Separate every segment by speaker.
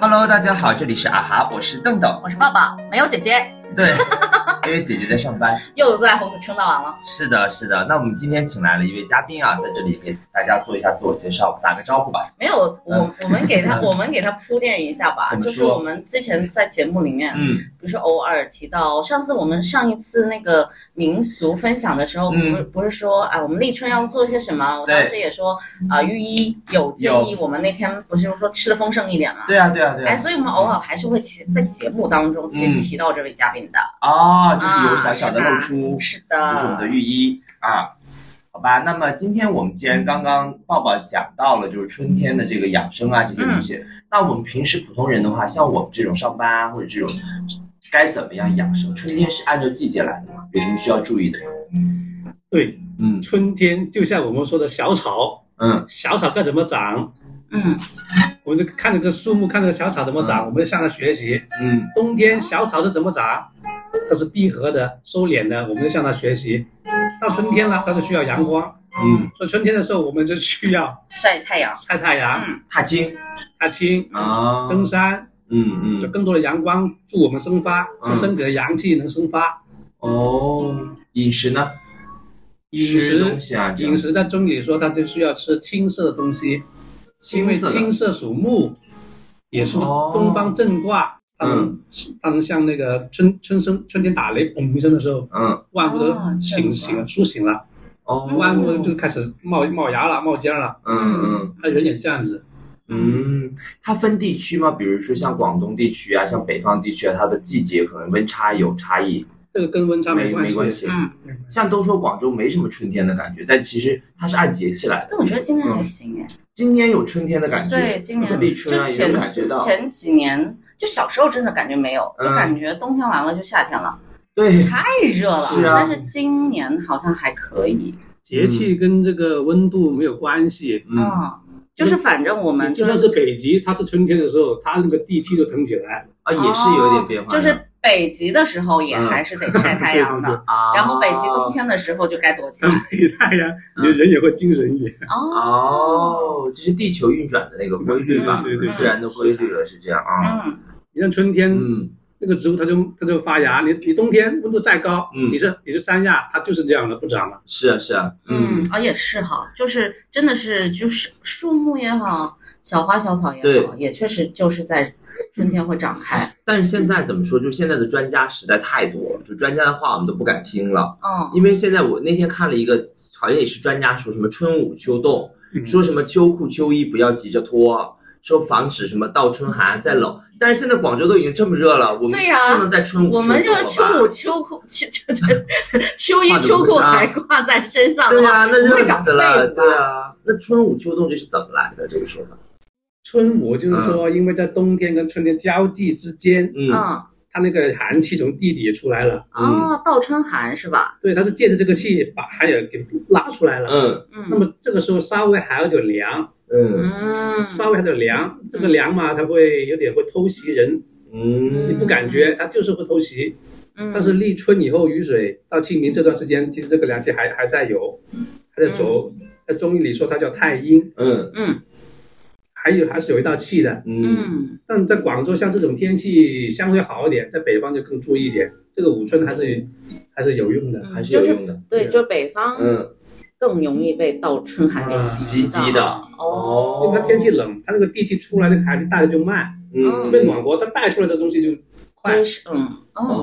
Speaker 1: Hello，大家好，这里是啊哈，我是邓邓。
Speaker 2: 我是抱抱，没有姐姐，
Speaker 1: 对，因为姐姐在上班。
Speaker 2: 又在猴子撑到完了。
Speaker 1: 是的，是的。那我们今天请来了一位嘉宾啊，在这里给大家做一下自我介绍，打个招呼吧。
Speaker 2: 没有，我我们 给他，
Speaker 1: 嗯
Speaker 2: 我们给他铺垫一下吧。
Speaker 1: 怎么
Speaker 2: 就是
Speaker 1: 说
Speaker 2: 我们之前在节目里面，
Speaker 1: 嗯，
Speaker 2: 比如说偶尔提到，上次我们上一次那个民俗分享的时候，
Speaker 1: 嗯
Speaker 2: 不是不是说啊，我们立春要做些什么？我
Speaker 1: 对嗯
Speaker 2: 当时也说啊，御医有建议，我们那天不是说吃的丰盛一点吗？
Speaker 1: 对啊，对啊，对
Speaker 2: 哎，
Speaker 1: 啊。
Speaker 2: 所以我们偶尔还是会提在节目当中去
Speaker 1: 嗯
Speaker 2: 提到这位嘉宾的。
Speaker 1: 哦，就是有小小的露出，
Speaker 2: 是
Speaker 1: 这是我们的
Speaker 2: 的，
Speaker 1: 浴衣啊。好吧，那么今天我们既然刚刚抱抱讲到了就是春天的这个养生啊这些东西，那我们平时普通人的话，像我们这种上班啊或者这种，该怎么样养生？春天是按照季节来的吗？有什么需要注意的吗？
Speaker 3: 对，
Speaker 1: 嗯
Speaker 3: 春天就像我们说的小草，
Speaker 1: 嗯，
Speaker 3: 小草该怎么长，
Speaker 2: 嗯，
Speaker 3: 我们就看着这树木，看着小草怎么长，
Speaker 1: 嗯
Speaker 3: 我们就向它学习。
Speaker 1: 嗯，
Speaker 3: 冬天小草是怎么长，它是闭合的、收敛的，我们就向它学习。到春天了，它就需要阳光，
Speaker 1: 嗯，
Speaker 3: 所以春天的时候我们就需要
Speaker 2: 晒太阳，
Speaker 3: 晒太阳、
Speaker 2: 嗯
Speaker 1: 踏青
Speaker 3: 踏青、
Speaker 1: 啊，
Speaker 3: 登山，
Speaker 1: 嗯
Speaker 3: 就
Speaker 1: 嗯，
Speaker 3: 更多的阳光助我们生发，
Speaker 1: 嗯
Speaker 3: 是身体的阳气能生发。
Speaker 1: 哦，饮食呢？
Speaker 3: 饮
Speaker 1: 吃东
Speaker 3: 食，
Speaker 1: 西啊，这样
Speaker 3: 饮食在中医里说，它就需要吃青色的东西，因
Speaker 1: 青
Speaker 3: 为
Speaker 1: 色的
Speaker 3: 青色属木，也属
Speaker 1: 哦嗯
Speaker 3: 东方正卦，它能它能像那个春春生春天打雷砰一声的时候，
Speaker 1: 嗯，
Speaker 3: 万物都
Speaker 2: 哦
Speaker 3: 醒
Speaker 2: 正
Speaker 3: 醒了苏醒了，
Speaker 1: 哦，
Speaker 3: 万物就开始冒冒芽了冒尖了，
Speaker 1: 嗯嗯
Speaker 3: 它人也这样子，
Speaker 1: 嗯，它分地区吗？比如说像广东地区啊，像北方地区啊，它的季节可能温差有差异，
Speaker 3: 这个跟温差
Speaker 1: 没
Speaker 3: 没
Speaker 1: 没
Speaker 3: 关
Speaker 1: 关
Speaker 3: 系。
Speaker 1: 系。
Speaker 2: 嗯。
Speaker 1: 像都说广州没什么春天的感觉，但其实它是按节气来的。
Speaker 2: 但我觉得今年
Speaker 1: 嗯
Speaker 2: 还行哎。
Speaker 1: 今年有春天的感觉，
Speaker 2: 对，今年
Speaker 1: 立春
Speaker 2: 就
Speaker 1: 啊也
Speaker 2: 前
Speaker 1: 有感觉到。
Speaker 2: 前几年，就小时候真的感觉没有，就
Speaker 1: 嗯
Speaker 2: 感觉冬天完了就夏天了，
Speaker 1: 对，
Speaker 2: 太热了。
Speaker 1: 是啊
Speaker 2: 但是今年好像还可以，
Speaker 3: 节气跟这个温度没有关系，
Speaker 1: 嗯，
Speaker 2: 就是反正我们
Speaker 3: 就算是北极，它是春天的时候，它那个地气就腾起来，
Speaker 1: 啊，也是嗯有一点变化的。
Speaker 2: 哦就是北极的时候也还是得 晒太阳的，
Speaker 1: 啊，
Speaker 2: 然后北极冬天的时候就该躲起
Speaker 3: 它
Speaker 2: 来。
Speaker 3: 没太阳，
Speaker 1: 嗯
Speaker 3: 你人也会精神一点。
Speaker 2: 哦，
Speaker 1: 哦，这是地球运转的那个规律吧？
Speaker 3: 对对对
Speaker 1: 自然的规律了，是这样啊。
Speaker 2: 嗯，
Speaker 3: 你像春天，
Speaker 1: 嗯
Speaker 3: 那个植物它就它就发芽。你你冬天温度再高，
Speaker 1: 嗯
Speaker 3: 你是你是三亚，它就是这样的，不长了。
Speaker 1: 是啊是啊，
Speaker 2: 嗯，啊也是哈，就是真的是就是树木也好，小花小草也好，
Speaker 1: 对
Speaker 2: 也确实就是在春天会长开。
Speaker 1: 但是现在怎么说？就现在的专家实在太多了，就专家的话我们都不敢听了，
Speaker 2: 嗯，
Speaker 1: 因为现在我那天看了一个，好像也是专家说什么春捂秋冻，
Speaker 3: 嗯
Speaker 1: 说什么秋裤秋衣不要急着脱，说防止什么到春寒再冷。但是现在广州都已经这么热了，我们
Speaker 2: 对呀
Speaker 1: 不能再春捂
Speaker 2: 我们就是
Speaker 1: 秋
Speaker 2: 秋
Speaker 1: 冻了
Speaker 2: 捂
Speaker 1: 吧
Speaker 2: 秋裤，秋秋秋秋衣秋裤还挂在身上
Speaker 1: 对
Speaker 2: 的
Speaker 1: 呀、
Speaker 2: 话，
Speaker 1: 那
Speaker 2: 不会
Speaker 1: 热
Speaker 2: 长
Speaker 1: 死
Speaker 2: 痱
Speaker 1: 了，
Speaker 2: 子吧
Speaker 1: 对啊，那春捂秋冻这是怎么来的这个说法？
Speaker 3: 春捂就是说，因为在冬天跟春天交际之间，
Speaker 1: 嗯
Speaker 3: 它那个寒气从地底出来了，
Speaker 2: 嗯，哦，倒春寒是吧？
Speaker 3: 对，它是借着这个气把寒也给拉出来了。
Speaker 1: 嗯
Speaker 2: 嗯
Speaker 3: 那么这个时候稍微还有点凉，
Speaker 1: 嗯
Speaker 2: 嗯，
Speaker 3: 稍微还有点凉，这个凉嘛，它会有点会偷袭人，
Speaker 1: 嗯
Speaker 3: 你不感觉它就是会偷袭。
Speaker 2: 嗯
Speaker 3: 但是立春以后雨水到清明这段时间，其实这个凉气还还在有，
Speaker 2: 嗯
Speaker 3: 还在走。在中医里说它叫太阴，
Speaker 1: 嗯
Speaker 2: 嗯
Speaker 3: 还有还是有一道气的。
Speaker 1: 嗯
Speaker 2: 嗯
Speaker 3: 但在广州像这种天气相对好一点，在北方就更注意一点。这个五春还是还是有用的。
Speaker 2: 嗯，
Speaker 1: 还是
Speaker 2: 就
Speaker 1: 有
Speaker 2: 是
Speaker 1: 用的，
Speaker 2: 对，就北方
Speaker 1: 嗯
Speaker 2: 更容易被倒春寒给袭
Speaker 1: 袭击的
Speaker 2: 哦，
Speaker 3: 因为它天气冷，它那个地气出来的寒气带的就慢，
Speaker 1: 嗯
Speaker 3: 这边暖和，它带出来的东西就快
Speaker 2: 真。是嗯哦哦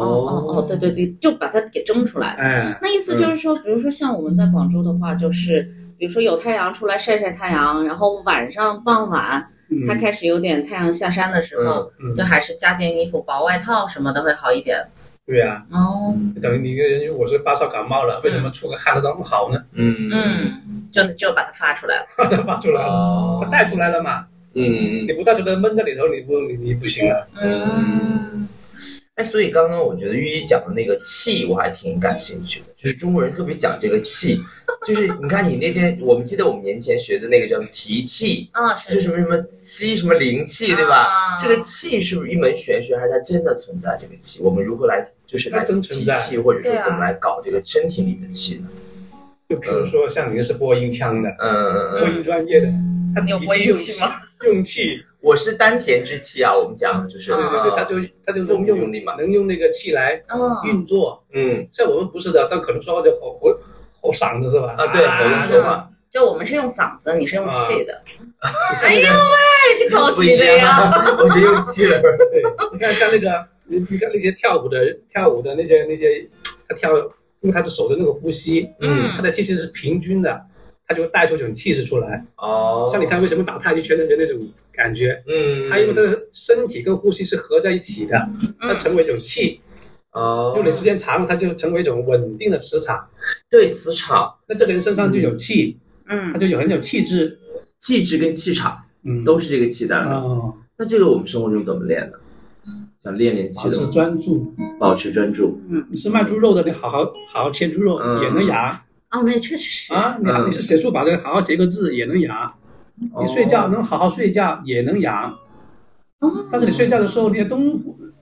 Speaker 2: 哦哦，对对对，就把它给蒸出来。
Speaker 3: 哎，
Speaker 2: 那意思就是说，比如说像我们在广州的话，就是比如说有太阳出来晒晒太阳，然后晚上傍晚。
Speaker 3: 嗯
Speaker 2: 它开始有点太阳下山的时候，
Speaker 3: 嗯
Speaker 2: 就还是加件衣服、薄外套什么的会好一点。
Speaker 3: 对啊呀、
Speaker 2: 哦，
Speaker 3: 等于你一个人，我是发烧感冒了，为什么出个汗都那么好 呢？
Speaker 1: 嗯
Speaker 2: 嗯，就就把它发出来了。
Speaker 3: 发出来了，它带出来了嘛？
Speaker 1: 嗯
Speaker 3: 你不带出来闷在里头，你不你你不啊行了。
Speaker 1: 嗯，哎，所以刚刚我觉得玉一讲的那个气，我还挺感兴趣的，就是中国人特别讲这个气，就是你看你那天，我们记得我们年前学的那个叫提气，
Speaker 2: 啊，
Speaker 1: 就是什么什么吸什么灵气，对吧？
Speaker 2: 啊
Speaker 1: 这个气是不是一门玄学，还是它真的存在这个气？我们如何来就是来
Speaker 3: 它真
Speaker 1: 提
Speaker 3: 存在
Speaker 1: 气，或者
Speaker 2: 对
Speaker 1: 说
Speaker 2: 啊
Speaker 1: 怎么来搞这个身体里的气呢？
Speaker 3: 就比如说像您是播音腔的，
Speaker 1: 嗯嗯
Speaker 3: 播
Speaker 1: 嗯
Speaker 3: 音专业的，它
Speaker 4: 你有
Speaker 3: 体
Speaker 4: 过
Speaker 3: 现
Speaker 4: 运
Speaker 3: 用
Speaker 4: 气吗？
Speaker 3: 用气，
Speaker 1: 我是丹田之气啊，我们讲就是，
Speaker 3: 对对对，它就它就
Speaker 1: 父母
Speaker 3: 能
Speaker 1: 用
Speaker 3: 用
Speaker 1: 力嘛
Speaker 3: 能用那个气来
Speaker 2: 嗯，
Speaker 3: 运作。
Speaker 1: 嗯
Speaker 3: 像我们不是的，但可能说话就吼吼吼嗓子是吧？
Speaker 1: 啊，对，喉咙说话
Speaker 4: 就我们是用嗓子，你是用气的。
Speaker 3: 哎
Speaker 4: 哎呦喂，这高
Speaker 1: 啊不
Speaker 4: 级
Speaker 1: 一
Speaker 4: 了呀！
Speaker 1: 样，啊我是用气了。
Speaker 3: 对，你看像那个，你你看那些跳舞的人，跳舞的那些那些，他跳，因为他是手的那个呼吸，
Speaker 1: 嗯
Speaker 3: 他的气息是平均的，他就会带出一种气势出来。
Speaker 1: 哦，
Speaker 3: 像你，看为什么打太极拳的人那种感觉，
Speaker 1: 嗯，
Speaker 3: 他因为他的身体跟呼吸是合在一起的，他
Speaker 4: 嗯
Speaker 3: 成为一种气，
Speaker 1: 哦，
Speaker 3: 用的时间长了，他就成为一种稳定的磁场。
Speaker 1: 对磁场、
Speaker 3: 那这个人身上就有气，他
Speaker 2: 嗯，
Speaker 3: 就有很有气质，
Speaker 1: 气质跟气场
Speaker 3: 嗯，
Speaker 1: 都是这个气单位。
Speaker 3: 哦，
Speaker 1: 那这个我们生活中怎么练呢？想练练气
Speaker 3: 保
Speaker 1: 的
Speaker 3: 持
Speaker 1: 吗，
Speaker 3: 专注。
Speaker 1: 保持专注。
Speaker 3: 你是卖猪肉的，你好好好好切猪肉
Speaker 1: 嗯
Speaker 3: 也能牙
Speaker 2: 哦，那确实是，
Speaker 3: 啊！你
Speaker 1: 嗯
Speaker 3: 你是写书法的，好好写个字也能牙。你睡
Speaker 1: 哦
Speaker 3: 觉能好好睡觉也能养，
Speaker 2: 哦，
Speaker 3: 但是你睡觉的时候，你东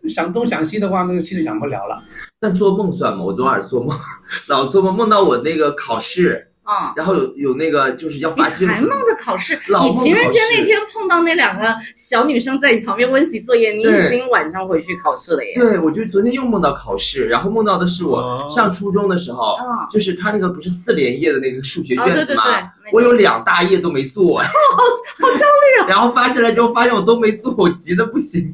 Speaker 3: 想东想西的话，那个气就养不了了。
Speaker 1: 但做梦算吗？我昨晚做梦， 老做梦，梦到我那个考试，
Speaker 2: 嗯，
Speaker 1: 然后有有那个就是要
Speaker 2: 你
Speaker 1: 发卷
Speaker 2: 还
Speaker 1: 子，
Speaker 2: 梦着考试，
Speaker 1: 老
Speaker 2: 你
Speaker 1: 梦
Speaker 2: 情人节
Speaker 1: 考试
Speaker 2: 那天碰到那两个小女生在你旁边温习作业，你
Speaker 1: 对
Speaker 2: 已经晚上回去考试了耶。
Speaker 1: 对，我就昨天又梦到考试，然后梦到的是我
Speaker 3: 哦
Speaker 1: 上初中的时候，
Speaker 2: 嗯
Speaker 1: 就是他那个不是四连夜的那个数学
Speaker 2: 哦，对
Speaker 1: 卷
Speaker 2: 对
Speaker 1: 子
Speaker 2: 对，
Speaker 1: 吗？
Speaker 2: 那
Speaker 1: 我
Speaker 2: 个
Speaker 1: 有两大页都没 做，好焦虑啊！ 然后发下来之后，发现我都没做，我急得不 行。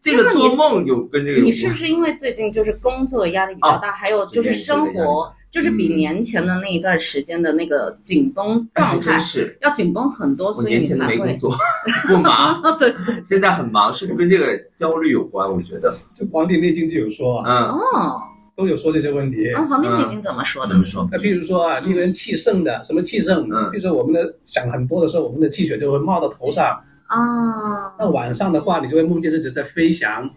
Speaker 1: 这个
Speaker 2: 真的你
Speaker 1: 做梦有跟这个有
Speaker 2: 你是不
Speaker 1: 关
Speaker 2: 是因为最近就是工作压力比较大，还有就是生活，就是比年前的那一段时间的那个紧绷状
Speaker 1: 哎真
Speaker 2: 态
Speaker 1: 是
Speaker 2: 要紧绷很多，
Speaker 1: 我
Speaker 2: 所以
Speaker 1: 年
Speaker 2: 你
Speaker 1: 前
Speaker 2: 才
Speaker 1: 没工
Speaker 2: 会。
Speaker 1: 作， 不忙，
Speaker 2: 啊，对，
Speaker 1: 现在很忙，是不是跟这个焦虑有关？我觉得，
Speaker 3: 这《黄帝内经》就有说，啊
Speaker 1: 嗯，
Speaker 2: 哦，
Speaker 3: 都有说这些问题。
Speaker 2: 那黄帝内经怎么说的
Speaker 1: 怎？么说？
Speaker 3: 那譬如说啊，令人气盛的，什么气盛？
Speaker 1: 嗯
Speaker 3: 譬如说我们的想很多的时候，我们的气血就会冒到头上。
Speaker 2: 啊，
Speaker 3: 那晚上的话，你就会梦见自己在飞翔。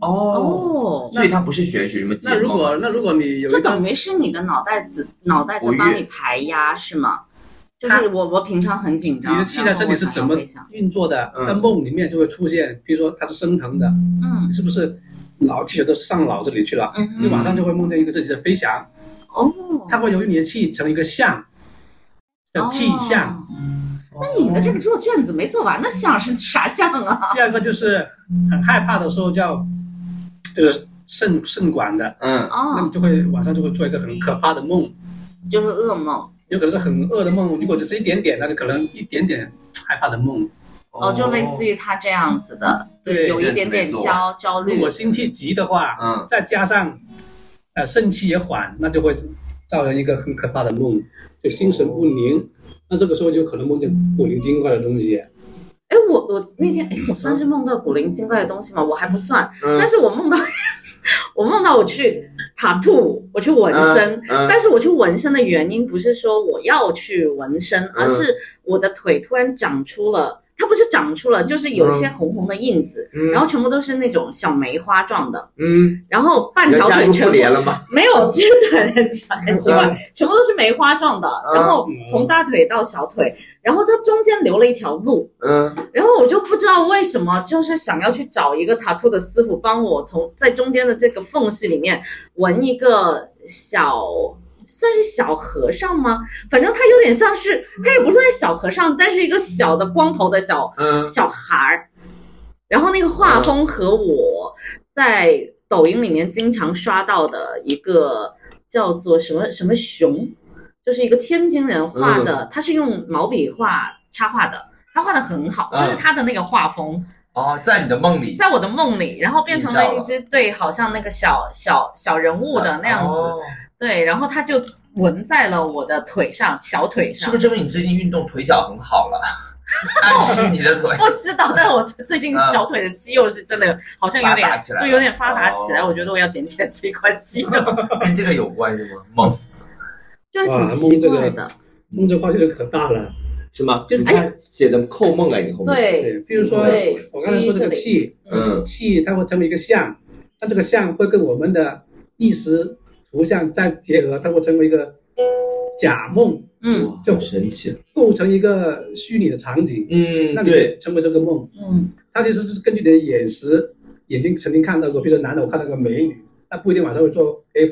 Speaker 1: 哦，
Speaker 2: 哦，
Speaker 1: 所以它不是玄学什么解
Speaker 3: 那
Speaker 1: 梦
Speaker 3: 如果那如果你有
Speaker 2: 这
Speaker 3: 一
Speaker 2: 等
Speaker 3: 张，
Speaker 2: 于是你的脑袋子脑袋在
Speaker 1: 活跃
Speaker 2: 帮你排压是吗？就是我我平常很紧张，
Speaker 3: 你的气在身体是怎
Speaker 2: 然
Speaker 3: 么
Speaker 2: 后我早上会想
Speaker 3: 运作的
Speaker 1: 嗯，
Speaker 3: 在梦里面就会出现，譬如说它是升腾的，
Speaker 2: 嗯
Speaker 3: 是不是脑气血都上脑子里去了？
Speaker 2: 嗯
Speaker 3: 你晚上就会梦见一个自己在飞翔。
Speaker 2: 哦，
Speaker 3: 它会由于你的气成一个象，叫气象。
Speaker 2: 哦。那你的这个做卷子没做完，那像是啥像 啊？
Speaker 3: 第二个就是很害怕的时候叫，就是肾肾管的，
Speaker 1: 嗯，
Speaker 3: 那
Speaker 2: 哦
Speaker 3: 么，就会晚上就会做一个很可怕的梦，
Speaker 2: 就是噩梦
Speaker 3: 有可能是很饿的梦，如果只是一点点，那就可能一点点害怕的梦。
Speaker 2: 哦，就类似
Speaker 1: 于
Speaker 2: 于他这样子的，
Speaker 3: 对
Speaker 2: 有一点点焦焦
Speaker 3: 如
Speaker 2: 虑
Speaker 3: 果。心气急的话，
Speaker 1: 嗯。
Speaker 3: 再加上呃肾气也缓，那就会造成一个很可怕的梦，就心神不宁。那这个时候就可能梦见古灵精怪的东西，
Speaker 2: 哎，我我那天哎，我算是梦到古灵精怪的东西吗？我还不算，
Speaker 1: 嗯
Speaker 2: 但是我梦到 我梦到我去塔兔，我去纹身。
Speaker 1: 嗯
Speaker 2: 但是我去纹身的原因不是说我要去纹身，而
Speaker 1: 嗯
Speaker 2: 是我的腿突然长出了，它不是长出了，就是有一些红红的印子，
Speaker 1: 嗯
Speaker 2: 然后全部都是那种小梅花状的，
Speaker 1: 嗯，
Speaker 2: 然后半
Speaker 1: 人
Speaker 2: 条
Speaker 1: 家
Speaker 2: 腿
Speaker 1: 又复
Speaker 2: 全部
Speaker 1: 联了吗？
Speaker 2: 没有，这个很奇很奇怪，全部都是梅花状的，然后从大腿到小腿，然后它中间留了一条路，
Speaker 1: 嗯，
Speaker 2: 然后我就不知道为什么，就是想要去找一个塔兔的师傅帮我从在中间的这个缝隙里面纹一个小。算是小和尚吗？反正它有点像是，它也不算是小和尚，但是一个小的光头的小
Speaker 1: 嗯，
Speaker 2: 小孩儿。然后那个画风和我在抖音里面经常刷到的一个叫做什么什么熊，就是一个天津人画
Speaker 1: 嗯
Speaker 2: 的，他是用毛笔画插画的，他画的很好，
Speaker 1: 嗯
Speaker 2: 就是他的那个画风，
Speaker 1: 哦，在你的梦里
Speaker 2: 在我的梦里，然后变成了
Speaker 1: 映照了
Speaker 2: 一只对，好像那个小小小人物的那样子，
Speaker 1: 哦
Speaker 2: 对，然后他就纹在了我的腿上，小腿
Speaker 1: 是
Speaker 2: 上
Speaker 1: 不。是证明你最近运动腿脚很好了？ 暗示你的 腿。
Speaker 2: 不知道，但我最近小腿的肌肉是真的好像有点
Speaker 1: 发达起来了
Speaker 2: 对，有点发达起来。
Speaker 1: 哦
Speaker 2: 我觉得我要减减这块肌肉，
Speaker 1: 跟这个有关是吗？梦
Speaker 2: 就还挺
Speaker 3: 哇
Speaker 2: 奇怪
Speaker 3: 那
Speaker 2: 的。
Speaker 3: 梦这话题就可大了。
Speaker 1: 是吗？就是
Speaker 2: 哎
Speaker 1: 他写的扣梦啊，你后面，
Speaker 2: 对，
Speaker 3: 对，比如说
Speaker 2: 对
Speaker 3: 我刚才说这个气，
Speaker 1: 嗯
Speaker 3: 气它会成为一个象，那这个象会跟我们的意识图像再结合，它会成为一个假梦，
Speaker 2: 嗯
Speaker 1: 哇
Speaker 3: 就
Speaker 1: 神奇啊了。
Speaker 3: 构成一个虚拟的场景，
Speaker 1: 嗯
Speaker 3: 那你就，成为这个梦。
Speaker 2: 嗯，
Speaker 3: 它其实是根据你的眼识，眼睛曾经看到过，比如说男的我看到个美女，那不一定晚上会做黑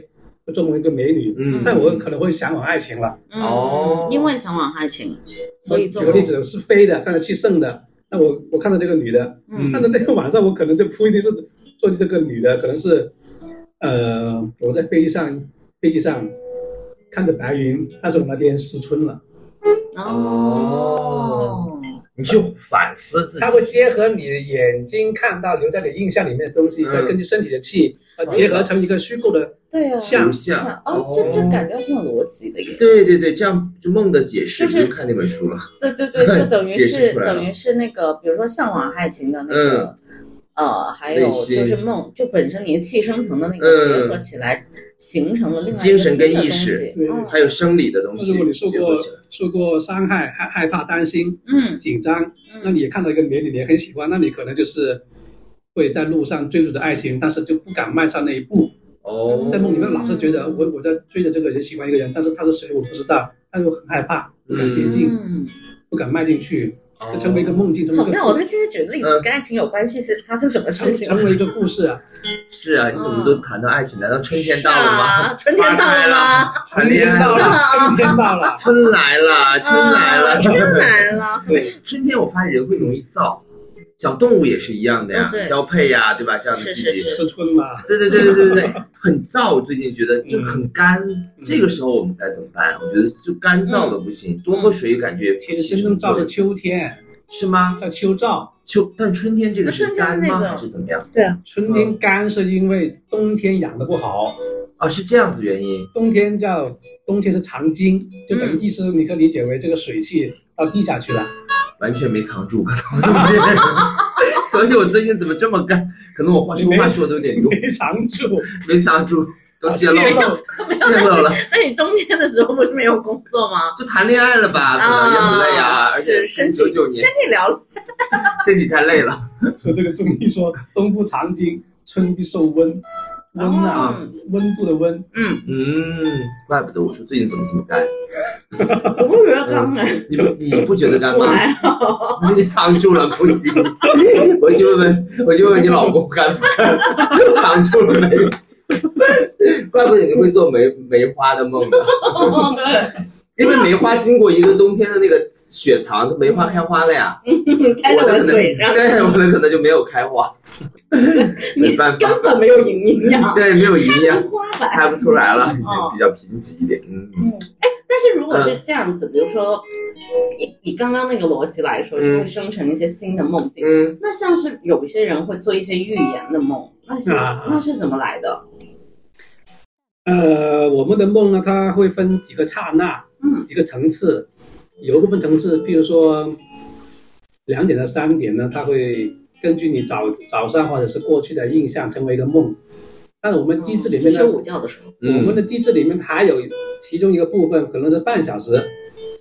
Speaker 3: 会做梦一个美女，
Speaker 1: 嗯
Speaker 3: 但我可能会向往爱情了。
Speaker 2: 嗯
Speaker 1: 哦
Speaker 2: 因为向往爱情，所以做
Speaker 3: 哦举个例子，是飞的，看着气盛的，那我我看到这个女的，
Speaker 1: 嗯
Speaker 3: 看到那天晚上我可能就不一定是坐这个女的，可能是，呃，我在飞机上飞机上看着白云，但是我那天思春了，
Speaker 1: 哦，你去反思自己
Speaker 3: 它，会结合你眼睛看到留在你印象里面的东西，
Speaker 1: 嗯
Speaker 3: 再根据身体的气，呃，结合成一个虚构的
Speaker 2: 对啊，
Speaker 3: 像
Speaker 1: 留
Speaker 2: 是
Speaker 1: 下
Speaker 2: 啊哦，这这感觉还挺有逻辑的耶。
Speaker 1: 对对对，这样就梦的解释，
Speaker 2: 就是
Speaker 1: 你就看那本书了。
Speaker 2: 对对对， 就等于
Speaker 1: 解释
Speaker 2: 是
Speaker 1: 出来了嗯
Speaker 2: 等于是那个，比如说向往爱情的那个，呃，还有
Speaker 1: 内心
Speaker 2: 就是梦，就本身你的气升层的那个
Speaker 1: 嗯
Speaker 2: 结合起来，形成了另外一个
Speaker 1: 精神跟
Speaker 2: 新的
Speaker 1: 意
Speaker 2: 东
Speaker 1: 识
Speaker 2: 西
Speaker 3: 对
Speaker 2: 嗯
Speaker 1: 还有生理的东
Speaker 3: 如
Speaker 1: 西
Speaker 3: 果你受
Speaker 1: 结
Speaker 3: 过
Speaker 1: 合起来，
Speaker 3: 受过伤害、害害怕、担心、
Speaker 2: 嗯
Speaker 3: 紧张，那你也看到一个美女，你也很喜欢，那你可能就是会在路上追逐着爱情，但是就不敢迈上那一步。
Speaker 1: 哦，
Speaker 3: 在梦里面老是觉得我我在追着这个人，喜欢一个人，但是他是谁我不知道，但是我很害怕，不敢接近，
Speaker 2: 嗯，
Speaker 3: 不敢迈进去，
Speaker 1: 哦
Speaker 3: 就成为一个梦境，成为
Speaker 2: 好
Speaker 3: 一
Speaker 2: 妙哦！
Speaker 3: 个
Speaker 2: 他今天举的例子
Speaker 1: 嗯
Speaker 2: 跟爱情有关系，是发生什么
Speaker 3: 成
Speaker 2: 事情？
Speaker 3: 成为一个故 事啊。
Speaker 1: 是啊，你怎么都谈到爱情？难道春天到了
Speaker 2: 啊
Speaker 1: 吗？
Speaker 2: 春天到了吗？
Speaker 1: 谈恋爱
Speaker 3: 到了
Speaker 1: 了，，，
Speaker 3: 春天到了
Speaker 1: 春来了，春来
Speaker 2: 啊
Speaker 1: 了。
Speaker 2: 春来 了，
Speaker 3: 对，
Speaker 1: 春天我发现人会容易燥，小动物也是一样的呀
Speaker 2: 嗯，对
Speaker 1: 交配呀，对吧？这样的
Speaker 2: 是
Speaker 1: 季
Speaker 2: 是
Speaker 1: 节
Speaker 2: 是。
Speaker 3: 思 春嘛，
Speaker 1: 对对对对对对，对很燥。我最近觉得就很干，
Speaker 3: 嗯
Speaker 1: 这个时候我们该怎么办？我觉得就干燥的不
Speaker 2: 嗯
Speaker 1: 行，多喝水感觉也不
Speaker 3: 其
Speaker 1: 起
Speaker 3: 实真正
Speaker 1: 什么
Speaker 3: 照
Speaker 1: 作
Speaker 3: 是
Speaker 1: 用
Speaker 3: 秋天，
Speaker 1: 是吗？
Speaker 3: 叫秋照。
Speaker 1: 秋，但春天这个是
Speaker 2: 那春天
Speaker 1: 干吗？
Speaker 2: 那个
Speaker 1: 还是怎么样？
Speaker 3: 春
Speaker 1: 嗯
Speaker 3: 天干是因为冬天养的不好，
Speaker 1: 啊，是这样子原因。
Speaker 3: 冬天叫冬天是藏经，就等于意思你可以理解为这个水汽到地下去了。
Speaker 1: 完全没藏住，可能对不对？所以我最近怎么这么干？可能我话说话说的有点多，
Speaker 3: 没藏住，
Speaker 1: 没藏住，都泄露
Speaker 3: 啊泄
Speaker 1: 了， 泄露了，
Speaker 2: 那你冬天的时候不是没有工作吗？
Speaker 1: 就谈恋爱了吧？可能也很累啊，
Speaker 2: 啊
Speaker 1: 而且
Speaker 2: 是身体
Speaker 1: 九九年
Speaker 2: 身体聊了，
Speaker 1: 身体太累了。
Speaker 3: 说这个中医说冬不藏经，春必受温，温啊，
Speaker 2: 哦
Speaker 3: 温度的温，
Speaker 2: 嗯，
Speaker 1: 嗯，怪不得我说最近怎么这么干？
Speaker 2: 我不觉得刚才
Speaker 1: 你不你不觉得干
Speaker 2: 我
Speaker 1: 吗？
Speaker 2: 还好，
Speaker 1: 你藏住了不行， 我去问问，我去问问你老公干不干？藏住了没有？ 怪不得你会做梅梅花的梦呢。啊
Speaker 2: 对，
Speaker 1: 因为梅花经过一个冬天的那个雪藏，梅花开花了呀。
Speaker 2: 嗯开在
Speaker 1: 我的可
Speaker 2: 我
Speaker 1: 能，
Speaker 2: 嘴上，
Speaker 1: 对我的可能就没有开花，没
Speaker 2: 你
Speaker 1: 办法，
Speaker 2: 根本没有营养，
Speaker 1: 对，没有营养，
Speaker 2: 花白。
Speaker 1: 开不出来了，已
Speaker 3: 嗯
Speaker 1: 经
Speaker 2: 哦
Speaker 1: 比较贫瘠一点。嗯，
Speaker 2: 哎但是如果是这样子，比如说以以刚刚那个逻辑来说，就会生成一些新的梦境。
Speaker 1: 嗯，
Speaker 2: 那像是有一些人会做一些预言的梦，那是
Speaker 3: 啊
Speaker 2: 那是怎么来的？
Speaker 3: 呃，我们的梦呢，它会分几个刹那，
Speaker 2: 嗯
Speaker 3: 几个层次，有一部分层次，譬如说两点到三点呢，它会根据你早早上或者是过去的印象成为一个梦。但是我们机制里面
Speaker 2: 就
Speaker 3: 呢
Speaker 2: 睡，午觉的时候，
Speaker 1: 嗯
Speaker 3: 我们的机制里面还有其中一个部分可能是半小时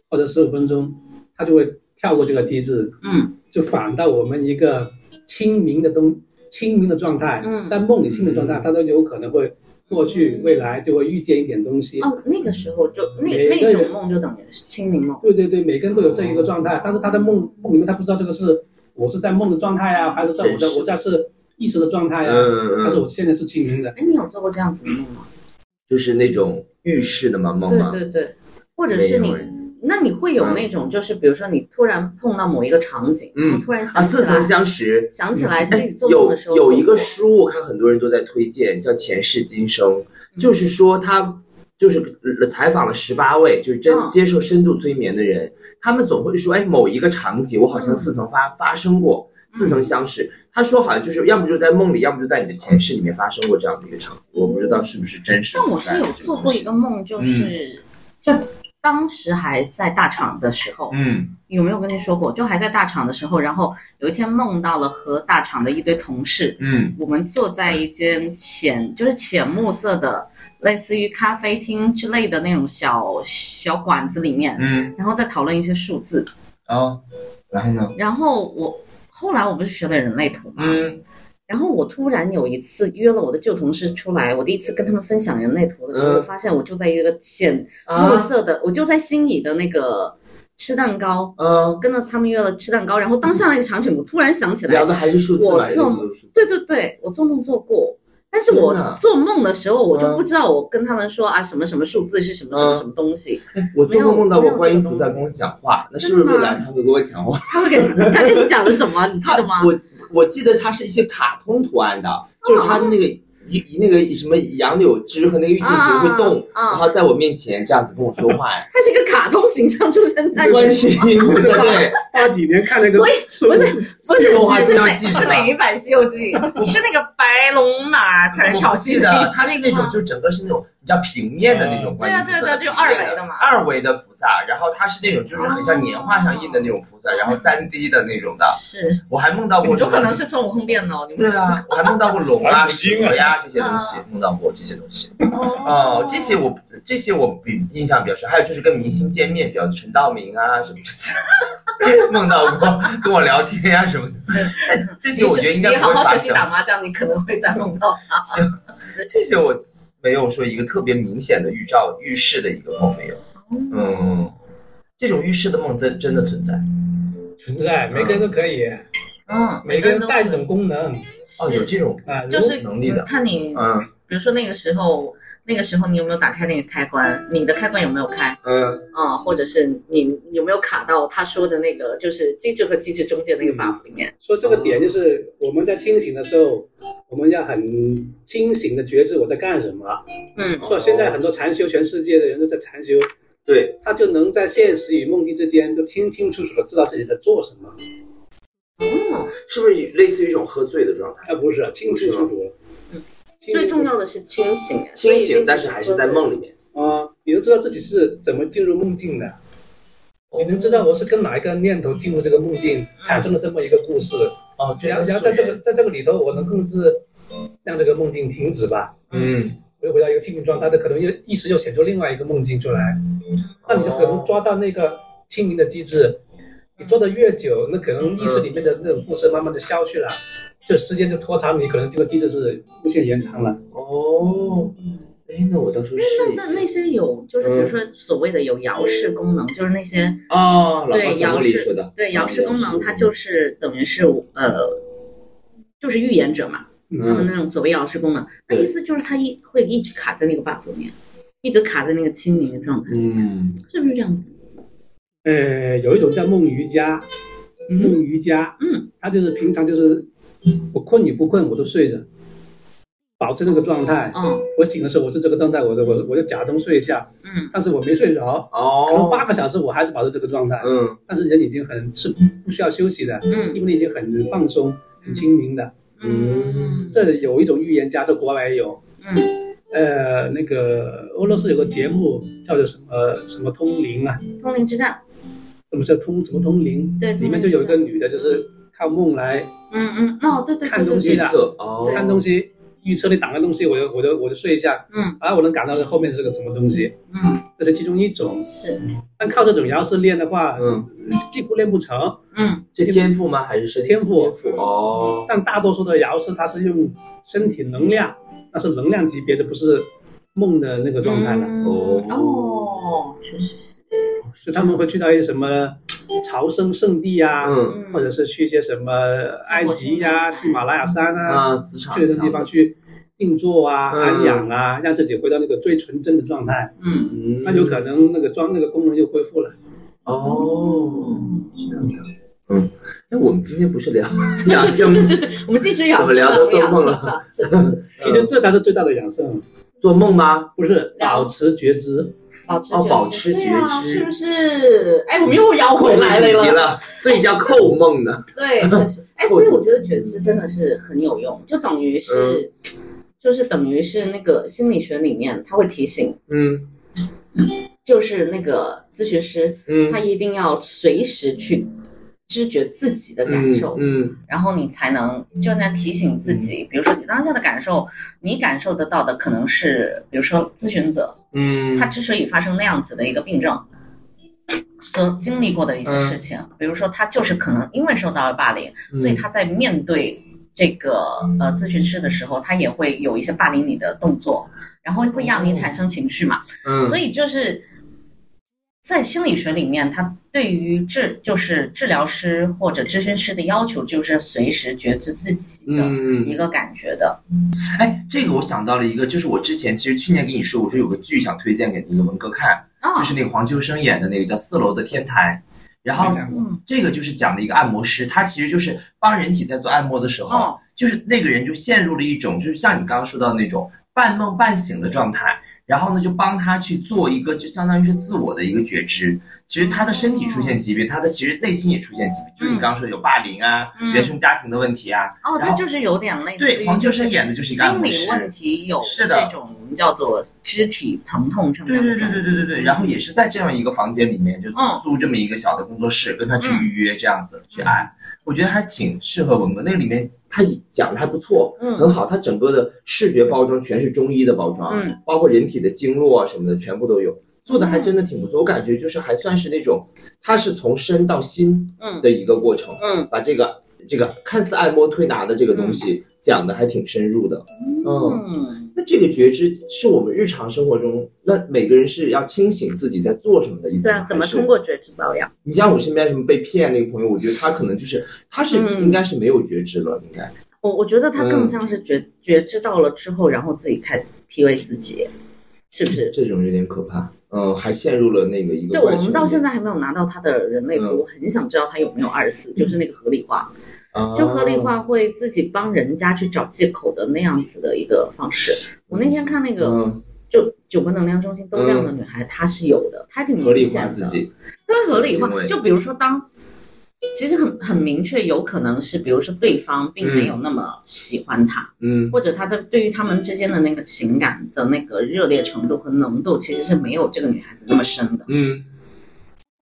Speaker 3: 或者十五分钟，它就会跳过这个机制，
Speaker 2: 嗯，
Speaker 3: 就反到我们一个清明的东清明的状态，
Speaker 2: 嗯
Speaker 3: 在梦里清明的状态，它都有可能会过去未来就会遇见一点东西。
Speaker 2: 哦，那个时候就那
Speaker 3: 嗯每个
Speaker 2: 那
Speaker 3: 人
Speaker 2: 种梦就等于是清明梦。
Speaker 3: 对对对，每个人都有这一个状
Speaker 2: 哦
Speaker 3: 态，但是他在梦梦里面，他不知道这个是我是在梦的状态啊，还是在我
Speaker 1: 真
Speaker 3: 的
Speaker 1: 是
Speaker 3: 我在是意识的状态啊，
Speaker 1: 嗯嗯
Speaker 3: 还是
Speaker 1: 嗯，
Speaker 3: 我现在是清明的。
Speaker 2: 哎，你有做过这样子的梦吗？
Speaker 1: 就是那种浴室的嘛梦嘛，
Speaker 2: 对对对，或者是
Speaker 1: 没
Speaker 2: 你
Speaker 1: 有哎，
Speaker 2: 那你会有那种，就是比如说你突然碰到某一个场景，
Speaker 1: 嗯
Speaker 2: 然后突然
Speaker 1: 啊，
Speaker 2: 想起
Speaker 1: 似曾
Speaker 2: 来，
Speaker 1: 相识。哎
Speaker 2: 想起来自己做梦
Speaker 1: 有
Speaker 2: 的时
Speaker 1: 嗯
Speaker 2: 候
Speaker 1: 有
Speaker 2: 做
Speaker 1: 一个
Speaker 2: 过
Speaker 1: 书，我看很多人都在推荐，叫《前世今生》，
Speaker 2: 嗯
Speaker 1: 就是说他就是呃采访了十八位就是真
Speaker 2: 嗯
Speaker 1: 接受深度催眠的人，他们总会说，哎，某一个场景我好像
Speaker 2: 嗯
Speaker 1: 似曾发发生过，似曾相识。他说好像就是要么就在梦里，要么就在你的前世里面发生过这样的一个场景，我不知道是不是真实。
Speaker 2: 嗯但我是有做过一，个梦，
Speaker 1: 嗯
Speaker 2: 就是、就当时还在大厂的时候，
Speaker 1: 嗯
Speaker 2: 有没有跟你说过？就还在大厂的时候，然后有一天梦到了和大厂的一堆同事，
Speaker 1: 嗯
Speaker 2: 我们坐在一间浅就是浅木色的，类似于咖啡厅之类的那种小小馆子里面，
Speaker 1: 嗯，
Speaker 2: 然后再讨论一些数字。
Speaker 1: 哦，然后呢？
Speaker 2: 然后我后来我不是学了人类图嘛，
Speaker 1: 嗯
Speaker 2: 然后我突然有一次约了我的旧同事出来，我第一次跟他们分享人类图的时候，
Speaker 1: 嗯
Speaker 2: 我发现我就在一个浅
Speaker 1: 啊
Speaker 2: 墨色的，我就在心仪的那个吃蛋糕，
Speaker 1: 嗯
Speaker 2: 我，跟着他们约了吃蛋糕，然后当下那个场景，我突然想起来
Speaker 1: 聊，的还是数字
Speaker 2: 我
Speaker 1: 嘛，
Speaker 2: 做
Speaker 1: 聊的都是数字
Speaker 2: 对对对，我做梦做过，但是
Speaker 1: 真的
Speaker 2: 我做梦的时候，我就
Speaker 1: 嗯
Speaker 2: 不知道我跟他们说啊什么什么数字是什么什么
Speaker 1: 嗯
Speaker 2: 什么东西，
Speaker 1: 我做梦梦到
Speaker 2: 没
Speaker 1: 过
Speaker 2: 有
Speaker 1: 观音
Speaker 2: 没有
Speaker 1: 菩
Speaker 2: 这个
Speaker 1: 萨
Speaker 2: 东西
Speaker 1: 跟我讲话，那是
Speaker 2: 真
Speaker 1: 不
Speaker 2: 的
Speaker 1: 是未
Speaker 2: 吗
Speaker 1: 来他会跟我讲话？
Speaker 2: 他会给他跟你讲了什么，你记得吗？
Speaker 1: 我我记得它是一些卡通图案的，就是它那个一那个什么杨柳枝和那个郁金
Speaker 2: 啊
Speaker 1: 菊会动，
Speaker 2: 啊
Speaker 1: 然后在我面前这样子跟我说话。哎
Speaker 2: 他是一个卡通形象出生在
Speaker 1: 观世音菩萨对，
Speaker 3: 八几年看那个
Speaker 2: 所以
Speaker 3: 孙悟，
Speaker 2: 哎不不是
Speaker 1: 西游记
Speaker 2: 是哪
Speaker 1: 记啊得
Speaker 2: 是哪一版《西游记》？ 是那个白龙马开始
Speaker 1: 我
Speaker 2: 炒
Speaker 1: 不
Speaker 2: 戏
Speaker 1: 记
Speaker 2: 的
Speaker 1: 得，它是那种就整个是那种你知道平面的那种观音菩萨，
Speaker 2: 对啊对啊对啊就
Speaker 1: 平面
Speaker 2: 二维的嘛
Speaker 1: 二维的菩萨，然后它是那种就是很像年画上印的那种菩萨，然后三 D 的那种的。
Speaker 2: 是
Speaker 1: 我还梦到过什
Speaker 2: 有
Speaker 1: 么，
Speaker 2: 哦可能是孙悟空变的哦，你
Speaker 1: 对
Speaker 2: 们是
Speaker 1: 啊，我还梦到过龙啊、
Speaker 5: 还有
Speaker 1: 蛇
Speaker 5: 金啊
Speaker 1: 呀、这些东西，
Speaker 2: 嗯
Speaker 1: 梦到过这些东西。哦，这些我这些我比印象比较深，还有就是跟明星见面比较，陈道明啊什么这些， 梦到过跟我聊天啊什么的，但这些我觉得应该
Speaker 2: 你
Speaker 1: 不
Speaker 2: 好
Speaker 1: 会
Speaker 2: 好
Speaker 1: 发
Speaker 2: 学习
Speaker 1: 生。
Speaker 2: 打麻将，你可能会再梦到他。
Speaker 1: 这些我没有说一个特别明显的预兆预示的一个梦没
Speaker 3: 哦
Speaker 1: 有，嗯，这种预示的梦真真的存在。
Speaker 3: 存在，每个人都可以，
Speaker 2: 嗯，
Speaker 3: 每个人带这种功能
Speaker 1: 哦，有
Speaker 2: 是
Speaker 1: 这种
Speaker 3: 啊，如
Speaker 2: 就是
Speaker 1: 能力的
Speaker 2: 看你，
Speaker 1: 嗯
Speaker 2: 比如说那个时候，那个时候你有没有打开那个开关？你的开关有没有开？
Speaker 1: 嗯
Speaker 2: 啊、或者是你有没有卡到他说的那个，就是机制和机制中间
Speaker 1: 嗯
Speaker 2: 那个 buff 里面？
Speaker 3: 说这个点就是我们在清醒的时候，我们要很清醒的觉知我在干什么。
Speaker 2: 嗯
Speaker 3: 说现在很多禅修，全世界的人都在禅修，
Speaker 1: 对，
Speaker 3: 他就能在现实与梦境之间都清清楚楚的知道自己在做什么，
Speaker 2: 嗯
Speaker 1: 是不是类似于一种喝醉的状态？
Speaker 3: 而不是清清楚楚。清
Speaker 2: 最重要的是清醒，啊
Speaker 1: 清醒，但是还是在梦里面。
Speaker 3: 啊，你能知道自己是怎么进入梦境的，你能知道我是跟哪一个念头进入这个梦境，产生了这么一个故事。
Speaker 1: 哦，这
Speaker 3: 然
Speaker 1: 样
Speaker 3: 后，然后在这个，在这个里头，我能控制让这个梦境停止吧。
Speaker 1: 嗯，
Speaker 3: 我又回到一个清醒状态，它可能又意识又显出另外一个梦境出来，那你就可能抓到那个清明的机制。你做的越久，那可能意识里面的那种故事慢慢的消去了，就时间就拖长，你可能这个机制是无限延长了。
Speaker 1: 哦，哎，那我到时候试一
Speaker 2: 那那
Speaker 1: 下。
Speaker 2: 些有，就
Speaker 1: 嗯
Speaker 2: 是比如说所谓的有摇式功能，就是那些
Speaker 1: 哦，老
Speaker 2: 对
Speaker 1: 婆小
Speaker 2: 摇
Speaker 1: 茉莉
Speaker 2: 式
Speaker 1: 说的，
Speaker 2: 对，
Speaker 1: 嗯
Speaker 2: 摇式功能，它就是等于是呃，就是预言者嘛，他们
Speaker 1: 嗯，
Speaker 2: 那种所谓摇式功能，那
Speaker 1: 对
Speaker 2: 意思就是它一会一直卡在那个 buff 里面，一直卡在那个清明的状态，
Speaker 1: 嗯，
Speaker 2: 是不是这样子？
Speaker 3: 呃，有一种叫梦瑜伽，梦瑜伽，
Speaker 2: 嗯，
Speaker 3: 它就是平常就是我困与不困我都睡着，保持那个状态。
Speaker 2: 嗯
Speaker 3: 我醒的时候我是这个状态，我就我我就假装睡一下，
Speaker 2: 嗯，
Speaker 3: 但是我没睡着，可能
Speaker 1: 哦，
Speaker 3: 八个小时我还是保持这个状态。
Speaker 1: 嗯，
Speaker 3: 但是人已经很是不需要休息的，
Speaker 2: 嗯
Speaker 3: 因为你已经很放松、很清明的。
Speaker 2: 嗯
Speaker 3: 这里有一种预言家，这国外也有，
Speaker 2: 嗯，
Speaker 3: 呃，那个俄罗斯有个节目叫做什么什么通灵啊，
Speaker 2: 嗯通灵之战，
Speaker 3: 什么叫通什么通灵？
Speaker 2: 对，
Speaker 3: 里面就有一个女的，就是靠梦来
Speaker 2: 嗯嗯，哦，对对
Speaker 3: 看
Speaker 2: 对
Speaker 3: 东
Speaker 2: 对
Speaker 3: 西
Speaker 1: 预
Speaker 2: 对，
Speaker 3: 的
Speaker 1: 测哦，
Speaker 3: 看东西，预测你挡个东西，我就我就我就睡一下，
Speaker 2: 嗯
Speaker 3: 啊，我能感到后面是个什么东西，
Speaker 2: 嗯
Speaker 3: 这是其中一种。
Speaker 2: 是，
Speaker 3: 但靠这种要是练的话，
Speaker 1: 嗯，
Speaker 3: 几乎练不成。
Speaker 2: 嗯
Speaker 1: 哦这天赋吗？还是身体
Speaker 3: 天赋
Speaker 1: 天赋哦，
Speaker 3: 但大多数的瑶师，他是用身体能量，那是能量级别的，不是梦的那个状态了。
Speaker 2: 嗯
Speaker 1: 哦
Speaker 2: 哦，确实是，
Speaker 3: 就他们会去到一些什么朝圣圣地啊，
Speaker 1: 嗯
Speaker 2: 嗯
Speaker 3: 或者是去一些什么埃及
Speaker 2: 像我现在
Speaker 3: 呀、喜马拉雅山啊，
Speaker 1: 啊，磁场
Speaker 3: 去的地方去静坐啊、
Speaker 1: 嗯
Speaker 3: 安养啊，让自己回到那个最纯真的状态，
Speaker 2: 嗯
Speaker 1: 嗯，
Speaker 3: 那有可能那个装那个功能就恢复了。
Speaker 1: 哦，这样的，嗯，那我们今天不是聊养生，
Speaker 2: 对对对，我们继续养
Speaker 1: 怎么聊到做梦了
Speaker 2: 了，是 是是，
Speaker 3: 其实这才是最大的养生，
Speaker 1: 做梦吗？
Speaker 3: 不是
Speaker 2: 了
Speaker 3: 保持觉知。
Speaker 2: 保持
Speaker 1: 哦
Speaker 2: 觉
Speaker 1: 保
Speaker 2: 知
Speaker 1: 持
Speaker 2: 对
Speaker 1: 觉
Speaker 2: 啊
Speaker 1: 知
Speaker 2: 是不是？哎，我们又摇回来
Speaker 1: 扣题
Speaker 2: 了。
Speaker 1: 了，所以叫扣梦呢。
Speaker 2: 对，确 实，哎，所以我觉得觉知真的是很有用，就等于是，
Speaker 1: 嗯
Speaker 2: 就是等于是那个心理学里面，他会提醒，
Speaker 1: 嗯
Speaker 2: 就是那个咨询师，
Speaker 1: 嗯
Speaker 2: 他一定要随时去知觉自己的感受，
Speaker 1: 嗯
Speaker 2: 然后你才能就能提醒自己，比如说你当下的感受，你感受得到的可能是，比如说咨询者
Speaker 1: 嗯，
Speaker 2: 他之所以发生那样子的一个病症，所经历过的一些事情，比如说他就是可能因为受到了霸凌，
Speaker 1: 嗯
Speaker 2: 所以他在面对这个呃咨询师的时候，他也会有一些霸凌你的动作，然后会让你产生情绪嘛，
Speaker 1: 嗯
Speaker 2: 所以就是。在心理学里面，它对于治就是治疗师或者咨询师的要求，就是随时觉知自己的一
Speaker 1: 嗯，
Speaker 2: 个感觉的。
Speaker 1: 哎，这个我想到了一个，就是我之前其实去年跟你说，我说有个剧想推荐给那个文哥看，
Speaker 2: 啊
Speaker 1: 就是那个黄秋生演的那个叫《四楼的天台》，然后
Speaker 3: 没看过
Speaker 2: 嗯，
Speaker 1: 这个就是讲的一个按摩师，他其实就是帮人体在做按摩的时候，
Speaker 2: 哦
Speaker 1: 就是那个人就陷入了一种，就是像你刚刚说到那种半梦半醒的状态，然后呢就帮他去做一个，就相当于是自我的一个觉知。其实他的身体出现疾病，他的其实内心也出现疾病，就是你刚刚说有霸凌啊、
Speaker 2: 嗯
Speaker 1: 原生家庭的问题啊。
Speaker 2: 哦，
Speaker 1: 然
Speaker 2: 它
Speaker 1: 后
Speaker 2: 就是有点类似于
Speaker 1: 对，黄秋生演的就是一个按
Speaker 2: 心
Speaker 1: 摩
Speaker 2: 理
Speaker 1: 师。
Speaker 2: 问题有
Speaker 1: 是的
Speaker 2: 这种我们叫做肢体疼痛症。
Speaker 1: 对对对对对对对，然后也是在这样一个房间里面，就
Speaker 2: 嗯
Speaker 1: 租这么一个小的工作室，跟他去预约这样子去按，我觉得还挺适合文哥。那个里面他讲的还不错，
Speaker 2: 嗯
Speaker 1: 很好。他整个的视觉包装全是中医的包装，
Speaker 2: 嗯
Speaker 1: 包括人体的经络啊什么的，全部都有，做的还真的挺不错。我感觉就是还算是那种，他是从身到心
Speaker 2: 嗯
Speaker 1: 的一个过程，
Speaker 2: 嗯，
Speaker 1: 把这个这个看似按摩推拿的这个东西讲的还挺深入的，嗯
Speaker 2: 嗯，
Speaker 1: 那这个觉知是我们日常生活中，那每个人是要清醒自己在做什么的意思
Speaker 6: 对
Speaker 1: 吗？
Speaker 6: 啊，怎么
Speaker 1: 还是
Speaker 6: 通？过觉知保养？
Speaker 1: 你像我身边什么被骗那个朋友，我觉得他可能就是，他是
Speaker 2: 嗯
Speaker 1: 应该是没有觉知了，应该。
Speaker 6: 我我觉得它
Speaker 1: 嗯
Speaker 6: 更像是觉、觉知到了之后，然后自己开始 PUA 自己，是不是？
Speaker 1: 这种有点可怕。嗯，还陷入了那个一个
Speaker 6: 对，
Speaker 1: 怪
Speaker 6: 我
Speaker 1: 圈里。
Speaker 6: 们到现在还没有拿到它的人类图，
Speaker 1: 嗯
Speaker 6: 我很想知道它有没有二四，就是那个合理化，
Speaker 1: 啊
Speaker 6: 就合理化会自己帮人家去找借口的那样子的一个方式。我那天看那个，
Speaker 1: 嗯，
Speaker 6: 就九个能量中心都亮的女孩，她是有的，她还挺
Speaker 1: 合理
Speaker 6: 明
Speaker 1: 化
Speaker 6: 显
Speaker 1: 自
Speaker 6: 的。
Speaker 1: 己。
Speaker 6: 对，合理化
Speaker 1: 行为。
Speaker 2: 就
Speaker 6: 就比如说当。其实很很明确，有可能是，比如说对方并没有那么喜欢他，
Speaker 1: 嗯
Speaker 2: 或者他的对于他们之间的那个情感的那个热烈程度和浓度，其实是没有这个女孩子那么深的。
Speaker 1: 嗯。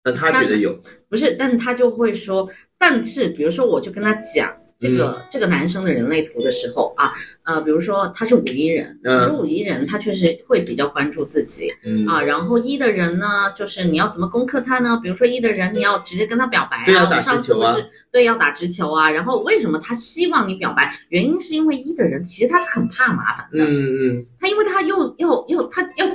Speaker 1: 那他觉得有，
Speaker 2: 不是，但他就会说，但是比如说，我就跟他讲这个、
Speaker 1: 嗯
Speaker 2: 这个男生的人类图的时候啊，呃，比如说他是五一人，
Speaker 1: 嗯
Speaker 2: 我说五一人他确实会比较关注自己
Speaker 1: 嗯
Speaker 2: 啊，然后一的人呢，就是你要怎么攻克他呢？比如说一的人，你要直接跟他表白
Speaker 1: 对要
Speaker 2: 我
Speaker 1: 打
Speaker 2: 们
Speaker 1: 直
Speaker 2: 上次
Speaker 1: 球
Speaker 2: 不
Speaker 1: 啊
Speaker 2: 是对要打直球啊，然后为什么他希望你表白？原因是因为一的人其实他是很怕麻烦的，
Speaker 1: 嗯嗯，
Speaker 2: 他因为他又要要他要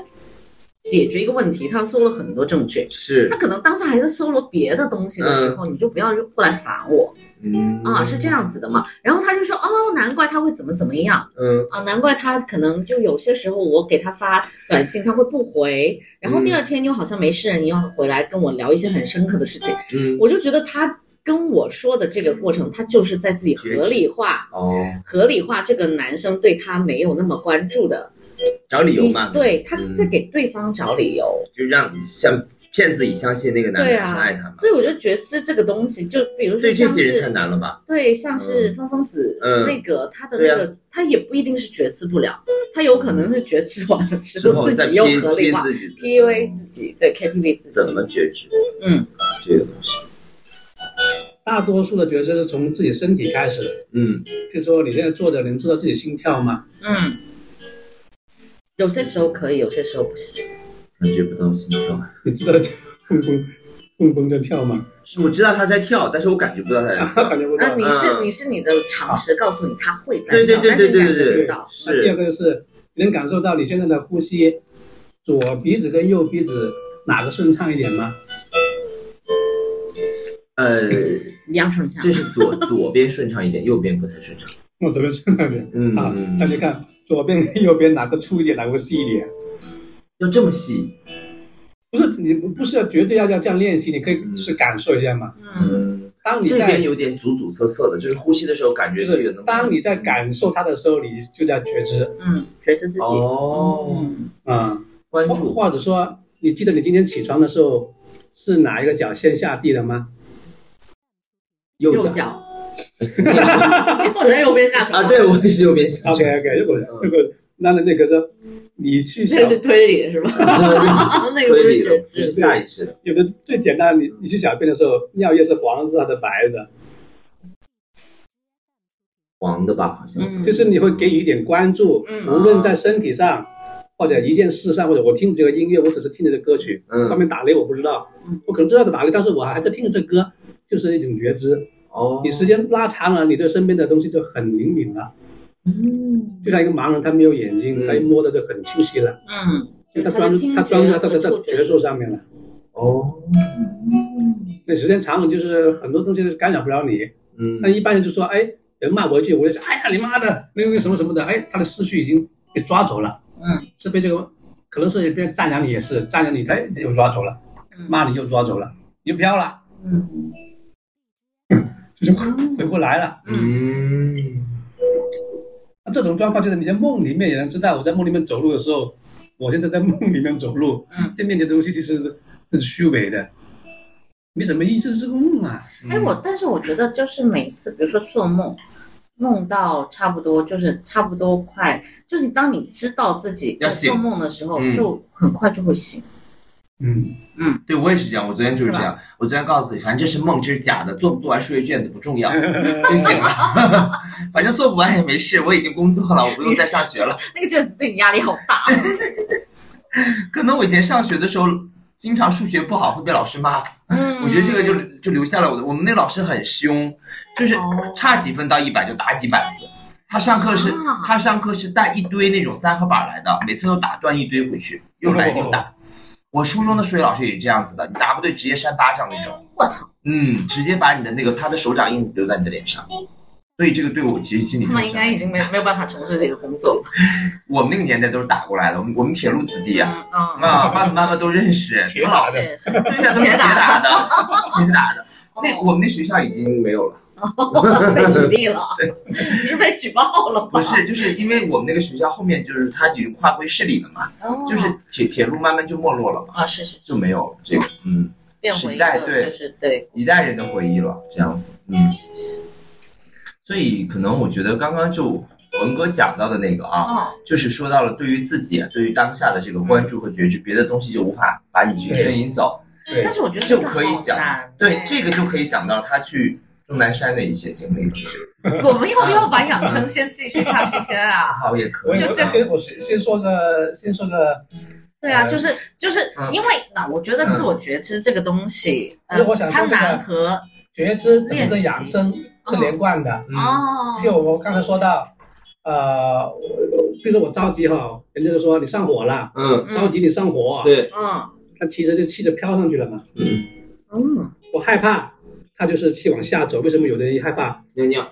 Speaker 2: 解决一个问题，他搜了很多证据。
Speaker 1: 是
Speaker 2: 他，可能当时还在搜罗别的东西的时候，你就不要过来烦我
Speaker 1: 嗯
Speaker 2: 啊，是这，样子的嘛。然后他就说，哦，难怪他会怎么怎么样
Speaker 1: 嗯
Speaker 2: 啊，难怪他可能就有些时候我给他发短信他会不回，然后第二天又好像没事人一样回来跟我聊一些很深刻的事情，
Speaker 1: 嗯，
Speaker 2: 我就觉得他跟我说的这个过程，他就是在自己合理化。
Speaker 1: 哦，
Speaker 2: 合理化这个男生对他没有那么关注的
Speaker 1: 找理由
Speaker 2: 意
Speaker 1: 嘛
Speaker 2: 思，，对，他
Speaker 1: 嗯
Speaker 2: 在给对方找理由。
Speaker 1: 就让像骗自己相信那个男
Speaker 2: 对
Speaker 1: 人
Speaker 2: 啊
Speaker 1: 是爱他嘛，
Speaker 2: 所以我就觉得这这个东西，就比如说
Speaker 1: 对这
Speaker 2: 像
Speaker 1: 些人太
Speaker 2: 是
Speaker 1: 难了吧？
Speaker 2: 对，像是芳芳子、
Speaker 1: 嗯
Speaker 2: 那个他的
Speaker 1: 对
Speaker 2: 那
Speaker 1: 啊
Speaker 2: 个、他也不一定是觉知不了，他有可能是觉知完了之
Speaker 1: 之
Speaker 2: 后
Speaker 1: 后
Speaker 2: 自
Speaker 1: 再
Speaker 2: 己又
Speaker 1: P
Speaker 2: 合理
Speaker 1: P
Speaker 2: 化
Speaker 1: 自己
Speaker 2: ，PUA 自己，对 KTV 自己，
Speaker 1: 怎么觉知？
Speaker 2: 嗯，
Speaker 1: 这个东西，
Speaker 3: 大多数的角色是从自己身体开始的，
Speaker 1: 嗯，
Speaker 3: 譬如说你现在坐着，能知道自己心跳吗？
Speaker 2: 嗯，有些时候可以，有些时候不行。
Speaker 1: 感觉不到心跳。
Speaker 3: 你知道蹦蹦蹦蹦在跳吗？
Speaker 1: 是我知道他在跳，但是我感觉不到他 在
Speaker 3: 啊，
Speaker 1: 跳。
Speaker 3: 感觉不
Speaker 2: 那
Speaker 3: 到
Speaker 2: 你。是、
Speaker 1: 嗯
Speaker 2: 你是你的常识告诉你他会在
Speaker 1: 对对
Speaker 2: 跳
Speaker 1: 对
Speaker 2: 但是你
Speaker 1: 对
Speaker 2: 感
Speaker 1: 对
Speaker 2: 觉
Speaker 1: 对
Speaker 2: 不到，
Speaker 3: 那第
Speaker 1: 是，
Speaker 3: 二个就是你能感受到你现在的呼吸，左鼻子跟右鼻子哪个顺畅一点吗？
Speaker 1: 呃，
Speaker 2: 一样顺畅
Speaker 1: 这。是左 左边顺畅一点，右边不太顺畅。
Speaker 3: 我左边顺畅一点。
Speaker 1: 嗯
Speaker 3: 啊
Speaker 1: 嗯，
Speaker 3: 那就看左边跟右边哪个粗一点，哪个细一点。
Speaker 1: 要这么细，
Speaker 3: 不是你不是要绝对要要这样练习，你可以
Speaker 1: 嗯
Speaker 3: 是感受一下嘛。
Speaker 2: 嗯
Speaker 1: 嗯，
Speaker 3: 当你
Speaker 1: 这边
Speaker 3: 在
Speaker 1: 有点阻阻塞塞的，就是呼吸的时候感
Speaker 3: 就
Speaker 1: 觉这个
Speaker 3: 是
Speaker 1: 能。
Speaker 3: 当你在感受它的时候，你就在觉知
Speaker 2: 嗯，觉知自己。
Speaker 1: 哦，
Speaker 2: 嗯
Speaker 3: 啊，
Speaker 1: 关
Speaker 3: 或
Speaker 1: 注
Speaker 3: 或者说，你记得你今天起床的时候是哪一个脚先下地的吗？
Speaker 1: 右
Speaker 2: 右
Speaker 1: 脚
Speaker 2: 脚，我在右边下床
Speaker 1: 啊，对我也是右边下 去。
Speaker 3: OK OK，如果
Speaker 1: 嗯
Speaker 3: 如果那那那个说你去想
Speaker 2: 这个是推理是吧？ 那个不
Speaker 1: 推
Speaker 2: 是
Speaker 1: 理了
Speaker 2: 觉，
Speaker 1: 不是下意识的。
Speaker 3: 有的最简单，你你去小便的时候，尿液是黄色的、白的，
Speaker 1: 黄的吧，好像。
Speaker 2: 嗯
Speaker 3: 就是你会给予一点关注，
Speaker 2: 嗯
Speaker 3: 无论在身体上，或者一件事上，或者我听这个音乐，我只是听着这歌曲，
Speaker 1: 嗯
Speaker 3: 外面打雷我不知道
Speaker 2: 嗯，
Speaker 3: 我可能知道在打雷，但是我还在听着这歌，就是一种觉知。
Speaker 1: 哦，
Speaker 3: 你时间拉长了，你对身边的东西就很灵敏了。
Speaker 2: 嗯
Speaker 3: 就像一个盲人，他没有眼睛，
Speaker 1: 嗯
Speaker 3: 他一摸的就很清晰了，
Speaker 2: 嗯，
Speaker 3: 因
Speaker 2: 就
Speaker 3: 为他
Speaker 2: 他的
Speaker 3: 专
Speaker 2: 听
Speaker 3: 他专注在他的
Speaker 2: 和
Speaker 3: 在
Speaker 2: 触
Speaker 3: 学
Speaker 2: 觉，
Speaker 3: 术上面了。哦，对，时间长了就是很多东西干扰不了你。
Speaker 1: 嗯
Speaker 3: 那一般人就说，哎，人骂我一句，我就想，哎呀，你妈的，那个什么什么的，哎，他的思绪已经被抓走了，
Speaker 2: 嗯，
Speaker 3: 是被这个，可能是也被赞扬你也是赞扬你，哎，又抓走了，骂你又抓走了，又飘了，
Speaker 2: 嗯，
Speaker 3: 就是回不来了。
Speaker 2: 哎
Speaker 1: 嗯，
Speaker 3: 那这种状况就是你在梦里面也能知道，我在梦里面走路的时候，我现在在梦里面走路，
Speaker 2: 嗯，
Speaker 3: 这面前的东西其实是是虚伪的，没什么意思，是个梦啊。
Speaker 2: 哎，
Speaker 1: 嗯
Speaker 2: 我但是我觉得就是每次，比如说做梦，梦到差不多就是差不多快，就是当你知道自己在
Speaker 1: 要醒
Speaker 2: 做梦的时候，
Speaker 1: 嗯
Speaker 2: 就很快就会醒。
Speaker 3: 嗯，
Speaker 1: 对我也是这样，我昨天就是这
Speaker 2: 是
Speaker 1: 样，我昨天告诉自己，反正这是梦，这是假的，做不做完数学卷子不 重要就行了， 反正做不完也没事，我已经工作了，我不用再上学了。
Speaker 2: 那个卷子对你压力好大。
Speaker 1: 可能我以前上学的时候，经常数学不好会被老师骂，
Speaker 2: 嗯
Speaker 1: 我觉得这个就就留下了我的。我们那老师很凶，就是
Speaker 2: 哦
Speaker 1: 差几分到一百就打几板子。他上课是
Speaker 2: 啊，
Speaker 1: 他上课是带一堆那种三合板来的，每次都打断一堆回去，又
Speaker 3: 哦
Speaker 1: 来又打。我初中的数学老师也是这样子的，你答不对直接扇巴掌那种。
Speaker 2: 我操，
Speaker 1: 嗯，直接把你的那个他的手掌印留在你的脸上。所以这个对我其实心理
Speaker 2: 他
Speaker 1: 创
Speaker 2: 们应该已
Speaker 1: 伤。
Speaker 2: 经没没有办法从事这个工作 了。
Speaker 1: 我们那个年代都是打过来的，我们我们铁路子弟啊，
Speaker 2: 嗯，嗯，
Speaker 1: 啊，爸爸妈妈都认识，
Speaker 3: 铁
Speaker 1: 他老
Speaker 3: 打的
Speaker 2: 是是，
Speaker 1: 对呀，都是
Speaker 2: 铁
Speaker 1: 铁
Speaker 2: 打
Speaker 1: 打的，铁打的。那我们那学校已经没有了，
Speaker 2: 被举 例了，你是被举报了
Speaker 1: 不？
Speaker 2: 吧
Speaker 1: 是，就是因为我们那个学校后面就是它已经划归市里了嘛，
Speaker 2: 哦
Speaker 1: 就是铁铁路慢慢就没落了嘛，
Speaker 2: 啊，是是
Speaker 1: 就没有了这个，嗯，
Speaker 2: 变回
Speaker 1: 时
Speaker 2: 一
Speaker 1: 代
Speaker 2: 个
Speaker 1: 对
Speaker 2: 就是对，
Speaker 1: 一代人的回忆了，这样子，嗯，
Speaker 2: 是是，
Speaker 1: 所以可能我觉得刚刚就文哥讲到的那个啊，
Speaker 2: 哦，
Speaker 1: 就是说到了对于自己、啊对于当下的这个关注和觉知，别的东西就无法把你去牵引走。
Speaker 3: 对
Speaker 2: 但，是我觉得
Speaker 1: 就
Speaker 2: 这个
Speaker 1: 可以
Speaker 2: 好
Speaker 1: 讲
Speaker 2: 难哎
Speaker 1: 对，这个就可以讲到他去终南山的一些经历，
Speaker 2: 我们要不要把养生先继续下去先 啊？
Speaker 1: 好也可
Speaker 3: 我
Speaker 1: 以。
Speaker 3: 我先我先先说个先说个，
Speaker 2: 对啊，
Speaker 3: 嗯
Speaker 2: 就是就是
Speaker 1: 嗯
Speaker 2: 因为那我觉得自我觉知这个东西，
Speaker 3: 因为
Speaker 2: 嗯
Speaker 3: 我想，说
Speaker 2: 它
Speaker 3: 这个
Speaker 2: 难和
Speaker 3: 觉知整个养生是连贯的。
Speaker 1: 哦嗯
Speaker 2: 哦，
Speaker 3: 就我刚才说到，呃，我比如说我着急哈，人家就说你上火了，
Speaker 1: 嗯，
Speaker 3: 着急你上火，
Speaker 1: 对，
Speaker 2: 嗯
Speaker 3: 他其实就气着飘上去了嘛。
Speaker 1: 嗯，
Speaker 2: 嗯，
Speaker 3: 我害怕，他就是气往下走。为什么有的人一害怕，
Speaker 1: 尿尿，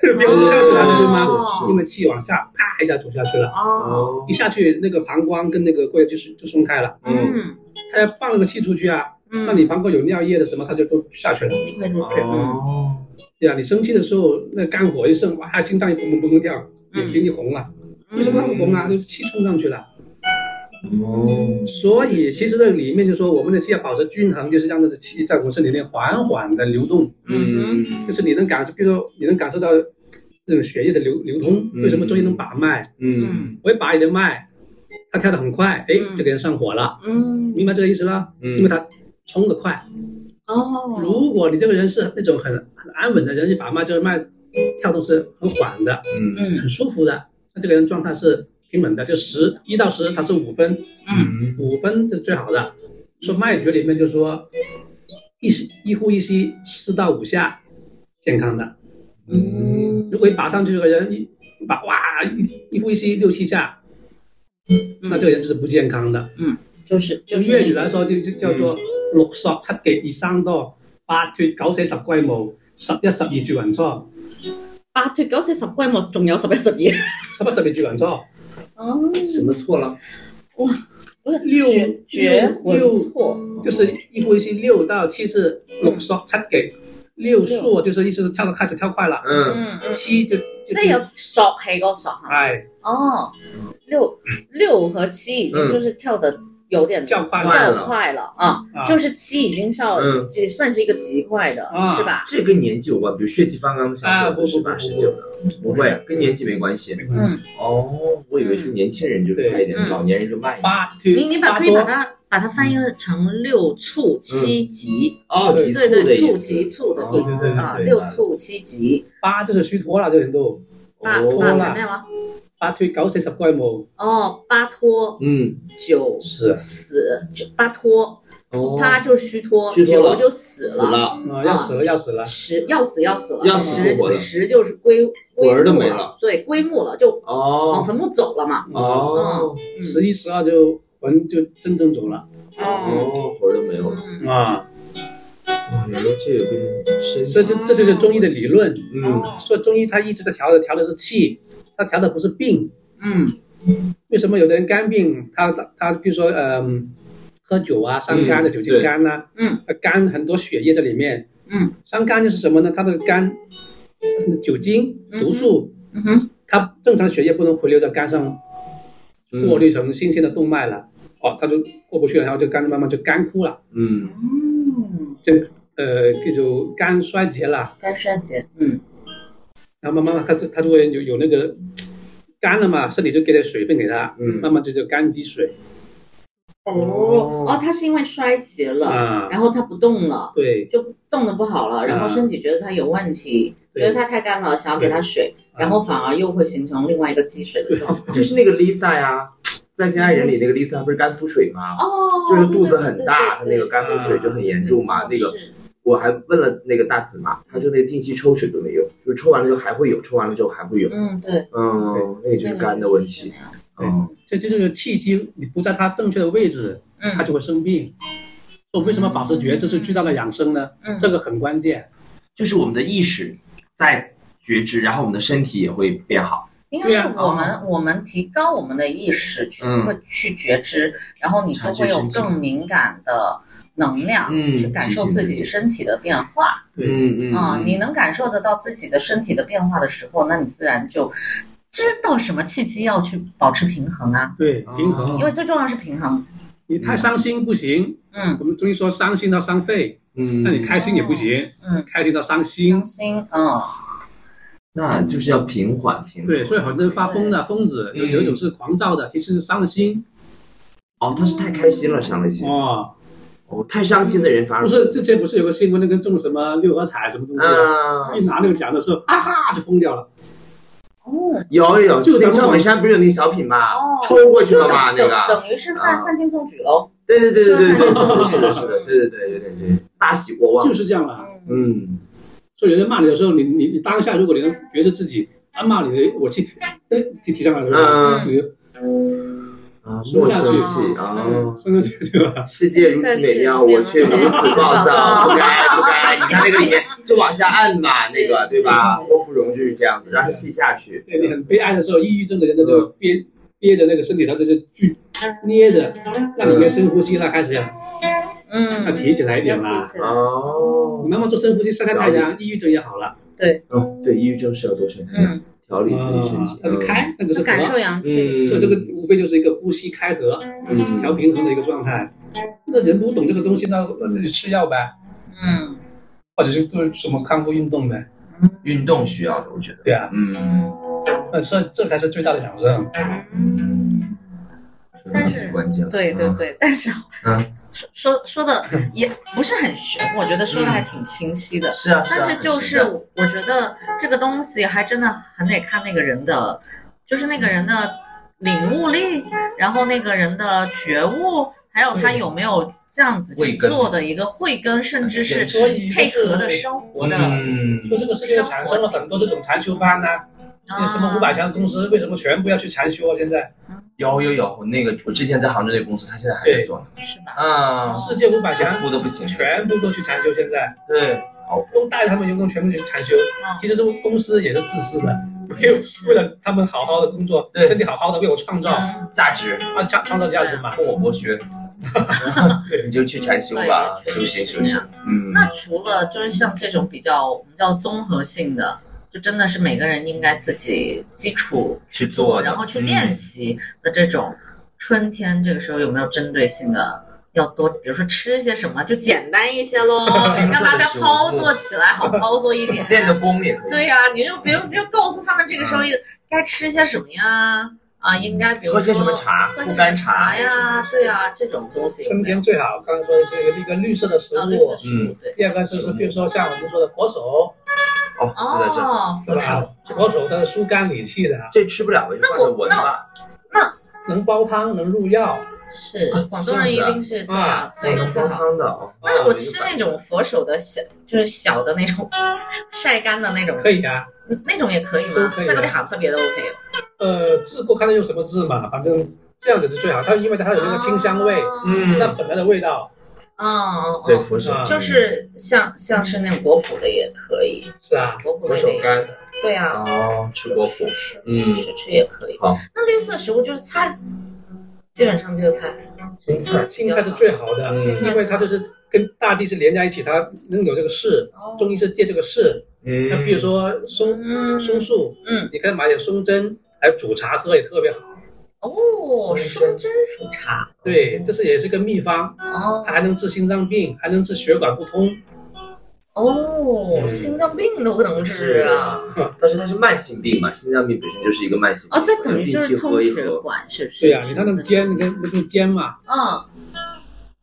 Speaker 3: 别人下去了，就是吗？
Speaker 1: 哦是
Speaker 3: 因为气往下，啪一下走下去了，
Speaker 2: 哦，
Speaker 1: 哦
Speaker 3: 一，下去那个膀胱跟那个过就是就松开了，
Speaker 1: 嗯，
Speaker 2: 嗯
Speaker 3: 他要放那个气出去啊，
Speaker 2: 嗯，
Speaker 3: 那你膀胱有尿液的什么，他就都下去了。
Speaker 2: 会入睡，嗯
Speaker 1: 哦，
Speaker 3: 对啊，你生气的时候，那肝火一盛，哇，心脏一砰砰砰砰跳，
Speaker 2: 嗯
Speaker 3: 眼睛一红了，为什么它会红啊？就是气冲上去了。
Speaker 1: 哦，
Speaker 3: 所以其实这里面就说，我们的气要保持均衡，就是让这个气在我们身体里面缓缓的流动，
Speaker 1: 嗯，
Speaker 3: 就是你能感受，比如说你能感受到这种血液的流流通。
Speaker 1: 嗯
Speaker 3: 为什么中医能把脉？
Speaker 1: 嗯
Speaker 3: 我一把你的脉，它跳得很快，哎，这个人上火了，
Speaker 2: 嗯，
Speaker 3: 明白这个意思了？因为
Speaker 1: 嗯，
Speaker 3: 他冲得快。
Speaker 2: 哦，
Speaker 3: 如果你这个人是那种很很安稳的人，你把脉这个脉跳动是很缓的，
Speaker 1: 嗯，
Speaker 2: 嗯
Speaker 3: 很舒服的，那这个人状态是平稳的，就十一到十，它是五分，
Speaker 1: 嗯，
Speaker 3: 五分是最好的。说脉诀里面就说，一吸一呼一吸四到五下，健康的。
Speaker 2: 嗯
Speaker 3: 如果你拔上去这个人一一拔哇一一呼一吸六七下，那这个人就是不健康的。
Speaker 2: 就是就
Speaker 3: 用
Speaker 2: 是
Speaker 3: 粤语來說，就就叫做六索七極二生多，八脱九死十歸無，十一十二住雲初，
Speaker 2: 啊
Speaker 7: 八脱九四十歸冇，仲有十一十二。
Speaker 3: 十一十二住雲初。
Speaker 2: 哦，
Speaker 1: 什么错了？
Speaker 3: 六
Speaker 7: 绝魂
Speaker 3: 六
Speaker 7: 错，
Speaker 3: 就是一呼一吸六到七次，六索七極，六索就是意思是跳得開始跳快了，
Speaker 1: 嗯，
Speaker 2: 嗯，嗯
Speaker 3: 七就
Speaker 2: 即
Speaker 3: 就
Speaker 2: 係有索氣嗰個索嚇。
Speaker 3: 哎
Speaker 2: 哦，六六和七已
Speaker 1: 嗯
Speaker 2: 经就是跳的有点
Speaker 3: 叫快
Speaker 1: 了
Speaker 2: 较快了啊，
Speaker 3: 啊
Speaker 2: 就是七已经上
Speaker 1: 嗯，
Speaker 2: 这算是一个极快的
Speaker 3: 啊，
Speaker 2: 是吧？
Speaker 1: 这跟年纪有关，比如血气方刚的小
Speaker 3: 啊
Speaker 1: 伙子
Speaker 3: 不不
Speaker 1: 十八
Speaker 3: 不
Speaker 1: 十
Speaker 3: 不
Speaker 1: 九的，不会，啊跟年纪没关系。
Speaker 2: 嗯，
Speaker 1: 哦，我以为是年轻人就快一点，
Speaker 2: 嗯
Speaker 1: 老年人就慢一点。
Speaker 3: 八脱
Speaker 2: 你你把
Speaker 3: 八
Speaker 2: 可以把
Speaker 3: 多
Speaker 2: 它把它翻译成六促七级，
Speaker 1: 哦，急促
Speaker 2: 对
Speaker 1: 的
Speaker 2: 对，
Speaker 1: 意
Speaker 2: 促
Speaker 1: 思。
Speaker 2: 急促的意思
Speaker 3: 哦
Speaker 2: 啊，
Speaker 1: 对对对
Speaker 2: 六促七级，
Speaker 3: 八就是虛脱了，這人都
Speaker 2: 八
Speaker 1: 哦
Speaker 2: 八什么呀？
Speaker 3: 八脱九死十歸無，
Speaker 2: 哦，八脱
Speaker 1: 嗯，
Speaker 2: 九
Speaker 3: 是
Speaker 2: 死九八脱，
Speaker 1: 哦
Speaker 2: 八就是虚脱，
Speaker 1: 虚脱了
Speaker 2: 九就死
Speaker 1: 死了，
Speaker 3: 啊要死了要死了，
Speaker 2: 十要死要死了，
Speaker 1: 要死不活了
Speaker 2: 十十就是归归
Speaker 1: 魂儿都
Speaker 2: 木
Speaker 1: 没
Speaker 2: 了
Speaker 1: 了，
Speaker 2: 对，归木了就往
Speaker 1: 哦
Speaker 2: 坟墓走了嘛。
Speaker 8: 嗯
Speaker 1: 哦，
Speaker 3: 十一十二就魂就真正走了
Speaker 8: 哦，
Speaker 1: 哦，魂儿都没有了。
Speaker 8: 嗯
Speaker 3: 啊。
Speaker 1: 哇，原来这也跟身
Speaker 3: 所以这这就是中医的理论。
Speaker 1: 嗯
Speaker 3: 所以中医它一直在调的，调的是气，它调的不是病。
Speaker 2: 嗯
Speaker 3: 为什么有的人肝病，他他比如说嗯、喝酒啊，伤肝的
Speaker 1: 嗯
Speaker 3: 酒精肝呐、啊，
Speaker 2: 嗯，
Speaker 3: 肝很多血液在里面，
Speaker 2: 嗯，
Speaker 3: 伤肝就是什么呢？它的肝嗯酒精
Speaker 2: 嗯哼
Speaker 3: 毒素，
Speaker 2: 嗯哼，
Speaker 3: 它正常血液不能回流到肝上，
Speaker 1: 嗯
Speaker 3: 过滤成新鲜的动脉了，哦，它就过不去了，然后就肝慢慢就干枯了，
Speaker 1: 嗯
Speaker 2: 嗯，
Speaker 3: 呃，这就肝衰竭了。
Speaker 2: 该衰竭，
Speaker 8: 嗯
Speaker 3: 然后慢慢它就它就会有有那个干了嘛，身体就给点水分给它，
Speaker 1: 嗯
Speaker 3: 慢慢就叫肝积水
Speaker 8: 哦哦，他是因为衰竭了，
Speaker 3: 啊。
Speaker 8: 然后他不动了，
Speaker 3: 对
Speaker 8: 就动的不好了，
Speaker 1: 啊
Speaker 8: 然后身体觉得他有问题，
Speaker 3: 对
Speaker 8: 觉得他太干了，想要给他水，
Speaker 1: 啊
Speaker 3: 嗯
Speaker 8: 然后反而又会形成另外一个积水 的状态。
Speaker 1: 就是那个 Lisa 呀，在《家人》里那个 Lisa 不是肝腹水吗？
Speaker 8: 哦，
Speaker 1: 就是肚子很大，她
Speaker 8: 对
Speaker 1: 那
Speaker 8: 对
Speaker 1: 个
Speaker 8: 对对
Speaker 1: 肝腹水就很严重嘛。那个
Speaker 8: 是
Speaker 1: 我还问了那个大紫嘛，她说那个定期抽水都没有，就是抽完了就还会有，抽完了就还会有。
Speaker 8: 嗯，对，
Speaker 1: 嗯，那也就是肝的问题。
Speaker 3: 对
Speaker 1: 嗯，
Speaker 3: 这这就是气机，你不在它正确的位置，
Speaker 2: 嗯
Speaker 3: 它就会生病。所以为什么保持觉知是巨大的养生呢？
Speaker 2: 嗯
Speaker 3: 这个很关键。
Speaker 1: 就是我们的意识在觉知，然后我们的身体也会变好。
Speaker 2: 应该是我们、我们提高我们的意识去、
Speaker 1: 嗯
Speaker 2: 会去觉知，然后你就会有更敏感的能量
Speaker 1: 嗯
Speaker 2: 去感受自己身体的变化
Speaker 3: 对
Speaker 1: 嗯
Speaker 8: 哦
Speaker 2: 啊、你能感受得到自己的身体的变化的时候，那你自然就知道什么契机要去保持平衡啊，
Speaker 3: 对，
Speaker 1: 哦
Speaker 3: 平衡
Speaker 2: 因。为最重要是平衡。
Speaker 3: 你太伤心不行，
Speaker 2: 嗯，
Speaker 3: 我们中医说伤心到伤肺，
Speaker 1: 嗯，
Speaker 3: 那你开心也不行，
Speaker 2: 嗯
Speaker 3: 开心到伤心
Speaker 2: 伤。心，嗯，
Speaker 1: 那就是要平缓平缓。
Speaker 3: 对，所以很多人发疯的疯子，有
Speaker 1: 嗯
Speaker 3: 有一种是狂躁的，其实是伤了心
Speaker 1: 哦，他是太开心了，伤了心。
Speaker 3: 哦。
Speaker 1: 哦，太伤心的人反而
Speaker 3: 不是之前不是有个新闻，那个中什么六合彩什么东西吗？
Speaker 1: 啊，
Speaker 3: 一拿那个奖的时候，啊哈就疯掉了，
Speaker 1: 有有有，
Speaker 3: 就
Speaker 1: 那个
Speaker 3: 咱们
Speaker 1: 赵本山不是有那个小品吗？
Speaker 2: 哦
Speaker 1: 抽过去
Speaker 2: 就
Speaker 1: 了
Speaker 2: 等
Speaker 1: 嘛，那
Speaker 2: 等
Speaker 1: 个。
Speaker 2: 等于是犯
Speaker 1: 啊
Speaker 2: 犯进中举喽。
Speaker 1: 对对对对对
Speaker 2: 就
Speaker 1: 对，
Speaker 2: 是看
Speaker 1: 是的，是的，对对对，有点这样大喜过望
Speaker 3: 就。是这样了。
Speaker 2: 嗯
Speaker 1: 嗯，
Speaker 3: 所以人家骂你的时候，你你你当下如果你能
Speaker 2: 嗯
Speaker 3: 觉知自己，他骂你的我气，哎，提提上来了，
Speaker 1: 嗯
Speaker 3: 你
Speaker 1: 啊，
Speaker 3: 是
Speaker 1: 莫
Speaker 3: 下
Speaker 1: 生
Speaker 3: 去
Speaker 1: 气啊！
Speaker 3: 上去对吧？
Speaker 2: 嗯
Speaker 1: 世界如此美妙，我却如此暴躁，不该不该！你看那个里面就往下按嘛，那个对吧？郭芙蓉就是这样子，让气下去。
Speaker 3: 对你很悲哀的时候，抑郁症的人他就
Speaker 1: 嗯
Speaker 3: 憋憋着那个身体，他就是聚
Speaker 2: 嗯
Speaker 3: 捏着，那你应该深呼吸了，开始要要
Speaker 2: 嗯，
Speaker 3: 提起来一点啦。
Speaker 1: 啊哦，
Speaker 3: 那么做深呼吸，晒晒太阳，抑郁症也好了，
Speaker 1: 嗯，对，抑郁症是要多晒太阳，调理自己身
Speaker 3: 啊
Speaker 1: 体，。
Speaker 3: 那就开那个是
Speaker 2: 嗯就
Speaker 3: 合，
Speaker 2: 感受阳气。
Speaker 1: 嗯，
Speaker 3: 所以这个无非就是一个呼吸开合。
Speaker 1: 嗯
Speaker 3: 调平衡的一个状态。那人不懂这个东西，那那就吃药呗，
Speaker 2: 嗯
Speaker 3: 或者是做什么康复运动呗，
Speaker 1: 运动需要的，我觉得。
Speaker 3: 对啊，
Speaker 1: 嗯，
Speaker 3: 那这这才是最大的养生。
Speaker 2: 嗯
Speaker 1: 嗯
Speaker 2: 但是
Speaker 1: 关键了
Speaker 2: 对对，对，但是
Speaker 1: 嗯，
Speaker 2: 说说说的也不是很玄，我觉得说的还挺清晰的。
Speaker 1: 是啊，啊
Speaker 2: 但是就
Speaker 1: 啊
Speaker 2: 是我觉得这个东西还真的很得看那个人的，就是那个人的领悟力，然后那个人的觉悟，还有他有没有这样子去
Speaker 1: 慧根
Speaker 2: 做的一个慧根，甚至是
Speaker 3: 所以
Speaker 2: 配合的
Speaker 3: 说
Speaker 2: 生活的。
Speaker 1: 嗯
Speaker 3: 这个世界产生了很多这种禅修班呐、
Speaker 2: 啊
Speaker 3: 那什么五百强的公司为什么全部要去禅修啊？现在
Speaker 1: 有有有，我那个我之前在杭州那个公司，他现在还在做呢。
Speaker 2: 是吧？
Speaker 1: 啊，
Speaker 3: 世界五百强
Speaker 1: 哭的不行，
Speaker 3: 全部都去禅修，现在
Speaker 1: 对，
Speaker 3: 都带着他们员工全部去禅修。
Speaker 2: 嗯
Speaker 3: 其实这公司也是自私的，为
Speaker 2: 也是
Speaker 3: 为了他们好好的工作，
Speaker 1: 对
Speaker 3: 身体好好的为我创造，
Speaker 2: 嗯
Speaker 1: 价值
Speaker 3: 啊创创造价值嘛。
Speaker 1: 跟我剥削， 你就去禅修吧，
Speaker 2: 对
Speaker 1: 修行修
Speaker 2: 确实是
Speaker 1: 行。嗯，
Speaker 2: 那除了就是像这种比较我们叫综合性的，就真的是每个人应该自己基础
Speaker 1: 去做的，嗯
Speaker 2: 然后去练习的这种，春天这个时候有没有针对性的要多，比如说吃些什么，就简单一些 喽，
Speaker 1: 轻松
Speaker 2: 让
Speaker 1: 的
Speaker 2: 大家
Speaker 1: 食物
Speaker 2: 操作起来好操作一点
Speaker 1: 嗯。。练个功也可以。
Speaker 2: 对呀、你就比如比如告诉他们这个时候该吃些什么呀，啊，应该比如
Speaker 1: 喝些
Speaker 2: 说
Speaker 1: 什么茶
Speaker 2: 喝？些
Speaker 1: 护肝茶
Speaker 2: 什么茶呀，对呀、这种东西有
Speaker 3: 春
Speaker 2: 没有
Speaker 3: 天最好，刚才说的是一个一个绿色的食
Speaker 2: 嗯啊，绿
Speaker 3: 物
Speaker 2: 色，
Speaker 1: 嗯
Speaker 2: 食物对。
Speaker 3: 第二个就是比如说像我们说的佛手，
Speaker 1: 哦，就在这，
Speaker 2: 哦，
Speaker 3: 对
Speaker 2: 佛手
Speaker 3: 吧？佛手它是疏肝理气的，啊
Speaker 1: 这吃不了，我就放着闻吧。
Speaker 3: 能煲汤，能入药。
Speaker 2: 是
Speaker 1: 啊
Speaker 2: 广东人一
Speaker 1: 这样子啊
Speaker 2: 定是对啊，所以
Speaker 1: 能煲
Speaker 2: 最好。
Speaker 1: 汤的哦。
Speaker 2: 那
Speaker 1: 啊
Speaker 2: 我吃那种佛手的小，就是小的那种晒干的那种，
Speaker 3: 可以啊，
Speaker 2: 那种也可以
Speaker 3: 都
Speaker 2: 吗？
Speaker 3: 可以啊
Speaker 2: 这个得好，这别的 OK。
Speaker 3: 呃，治过看它用什么治嘛，反正这样子是最好。它因为它有那个清香味，
Speaker 2: 哦
Speaker 1: 嗯
Speaker 3: 那本来的味道
Speaker 2: 嗯，
Speaker 9: 对，
Speaker 2: 嗯
Speaker 9: 佛手
Speaker 3: 啊
Speaker 2: 就是像像是那种果脯的也可以，
Speaker 3: 是啊，
Speaker 2: 果脯的也可以
Speaker 9: 佛手柑，
Speaker 2: 对啊，
Speaker 9: 哦，吃果脯，嗯，
Speaker 2: 吃吃也可以
Speaker 9: 好。
Speaker 2: 那绿色食物就是菜，基本上就是菜。
Speaker 9: 青菜，
Speaker 3: 青菜是最好的，
Speaker 9: 嗯
Speaker 3: 因为它就是跟大地是连在一起，它能有这个势。
Speaker 2: 哦
Speaker 3: 中医是借这个势，
Speaker 9: 嗯
Speaker 3: 那比如说松
Speaker 2: 嗯
Speaker 3: 松树，
Speaker 2: 嗯，
Speaker 3: 你可以买点松针来煮茶喝，也特别好。
Speaker 9: 松
Speaker 2: 哦，松针煮茶
Speaker 3: 对，这是也是个秘方，
Speaker 2: 哦
Speaker 3: 它还能治心脏病，还能治血管不通。
Speaker 1: 嗯
Speaker 2: 哦，心脏病都能治啊！
Speaker 1: 但是它是慢性病嘛，心脏病本身就是一个慢性病。
Speaker 2: 哦，这等于就
Speaker 1: 定期
Speaker 2: 是
Speaker 1: 喝
Speaker 2: 通哦
Speaker 1: 一
Speaker 2: 血
Speaker 1: 喝，
Speaker 2: 管，是不是？
Speaker 3: 对啊呀、你看它能煎，你看那个煎嘛，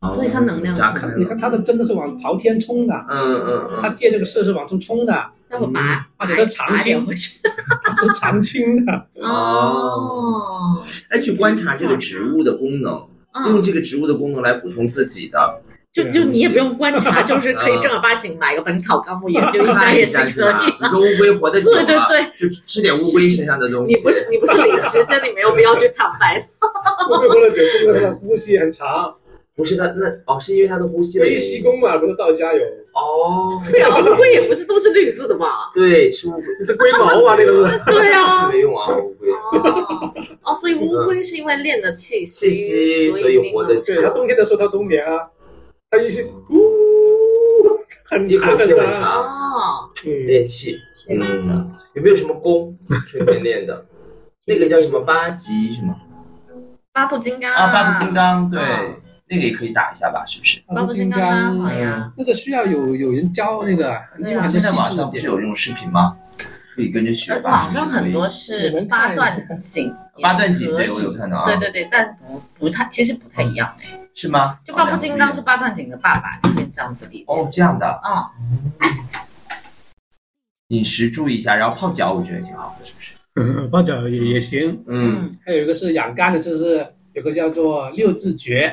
Speaker 2: 嗯，所以它能量
Speaker 1: 炸
Speaker 2: 很
Speaker 1: 开
Speaker 2: 大
Speaker 1: 了。
Speaker 3: 你看它的真的是往朝天冲的，
Speaker 1: 哦哎嗯嗯
Speaker 3: 它
Speaker 1: 嗯，
Speaker 3: 借这个势是往上冲的，
Speaker 10: 待会儿拔，拔
Speaker 3: 而且它长
Speaker 10: 拔
Speaker 3: 青
Speaker 10: 点回去。
Speaker 3: 它是长青的。
Speaker 2: 哦，
Speaker 1: 哎，去观察这个植物的功能，用
Speaker 2: 嗯，
Speaker 1: 这个植物的功能来补充自己的，
Speaker 10: 就就你也不用观察， 就是可以正儿八经买个本草纲目研究一下
Speaker 1: 看
Speaker 10: 也
Speaker 1: 一
Speaker 10: 是
Speaker 1: 下
Speaker 10: 可
Speaker 1: 吧
Speaker 10: 以。？
Speaker 1: 哎你说乌龟活得久
Speaker 10: 对对
Speaker 1: 了，
Speaker 10: 对，
Speaker 1: 就吃点乌龟身上的东西。
Speaker 10: 你不是你不是李时珍，你没有必要去尝百草。
Speaker 3: 会不会喝了酒是因为它的呼吸很长，
Speaker 1: 不是它那哦，是因为它的呼吸的
Speaker 3: 归
Speaker 1: 原
Speaker 3: 西
Speaker 1: 因。
Speaker 3: 宫嘛，不是道家有
Speaker 1: 哦，
Speaker 10: 对啊，乌龟也不是都是绿色的吧？
Speaker 1: 对，吃乌龟
Speaker 3: 这龟毛嘛，那个是。
Speaker 10: 对啊
Speaker 1: 是。 没用啊，乌龟。
Speaker 10: 哦，哦，所以乌龟是因为练的气息，
Speaker 1: 嗯气息
Speaker 10: 所
Speaker 1: 所以活得
Speaker 10: 命
Speaker 3: 对，它冬天的时候它冬眠啊，它一些呜，很
Speaker 1: 一口
Speaker 3: 长
Speaker 1: 气很
Speaker 3: 长。
Speaker 1: 长，
Speaker 10: 哦，
Speaker 3: 嗯，
Speaker 1: 练气。嗯，有没有什么功春天练 的？那个叫什么八级什么
Speaker 2: 八部金刚
Speaker 1: 啊？八部金刚，对
Speaker 2: 嗯，
Speaker 1: 那个也可以打一下吧，是不是？
Speaker 2: 八部金刚蛮好呀。
Speaker 3: 那个需要有有人教那个，
Speaker 2: 对
Speaker 3: 因为
Speaker 2: 啊
Speaker 3: 还
Speaker 1: 现
Speaker 3: 是细
Speaker 1: 在网
Speaker 3: 致
Speaker 1: 上
Speaker 3: 一
Speaker 1: 不是
Speaker 3: 点。
Speaker 1: 有这种视频吗？可以跟着学
Speaker 2: 呃，
Speaker 1: 吧。
Speaker 2: 网
Speaker 1: 是不
Speaker 2: 上
Speaker 1: 是可以
Speaker 2: 很多是
Speaker 3: 我们
Speaker 2: 八
Speaker 3: 看
Speaker 2: 段锦，
Speaker 1: 八段锦，
Speaker 2: 可以
Speaker 1: 对我有看到嗯啊，
Speaker 2: 对对对，但不不太，其实不太一样哎。
Speaker 1: 是吗？
Speaker 2: 就八部金刚是
Speaker 1: 哦
Speaker 2: 八段锦的爸爸，你可以这样子理解。
Speaker 1: 哦，这样的
Speaker 2: 嗯，
Speaker 1: 饮食注意一下，然后泡脚我觉得挺好的，是不是？
Speaker 3: 泡脚也也行，
Speaker 1: 嗯，
Speaker 3: 还有一个是养肝的，就是有个叫做六字诀，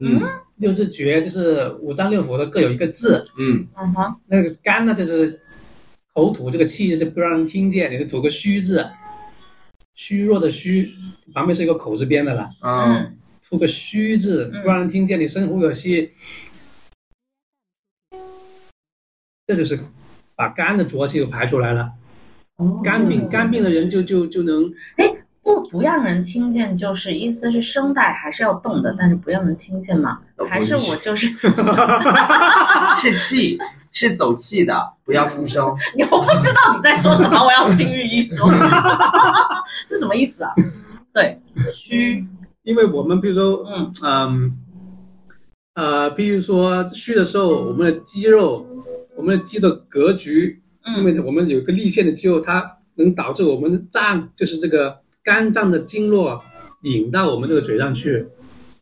Speaker 1: 嗯
Speaker 3: 六字诀就是五脏六腑的各有一个字，
Speaker 1: 嗯
Speaker 2: 嗯哼，
Speaker 3: 那个肝呢就是口吐这个气就是不让人听见，你就吐个虚字，虚弱的虚，旁边是一个口字边的了，
Speaker 1: 嗯，
Speaker 3: 吐个虚字，
Speaker 2: 嗯
Speaker 3: 不让人听见你深呼口气，这就是把肝的浊气给排出来了。
Speaker 1: 嗯
Speaker 2: 嗯
Speaker 3: 肝病肝病的人就就就能
Speaker 2: 不不让人听见，就是意思是声带还是要动的，但是不让人听见嘛？
Speaker 1: 哦不
Speaker 2: 还是
Speaker 1: 允许
Speaker 2: 我就是
Speaker 1: 哦是气，是走气的，不要出声。
Speaker 2: 你我不知道你在说什么，我要听御医说， 是什么意思啊？对，虚，
Speaker 3: 因为我们比如说，
Speaker 2: 嗯
Speaker 3: 嗯，呃，比如说虚的时候，我们的肌肉，我们的肌的格局，因
Speaker 2: 嗯
Speaker 3: 为我们有一个立线的肌肉，它能导致我们的脏，就是这个肝脏的经络引到我们这个嘴上去。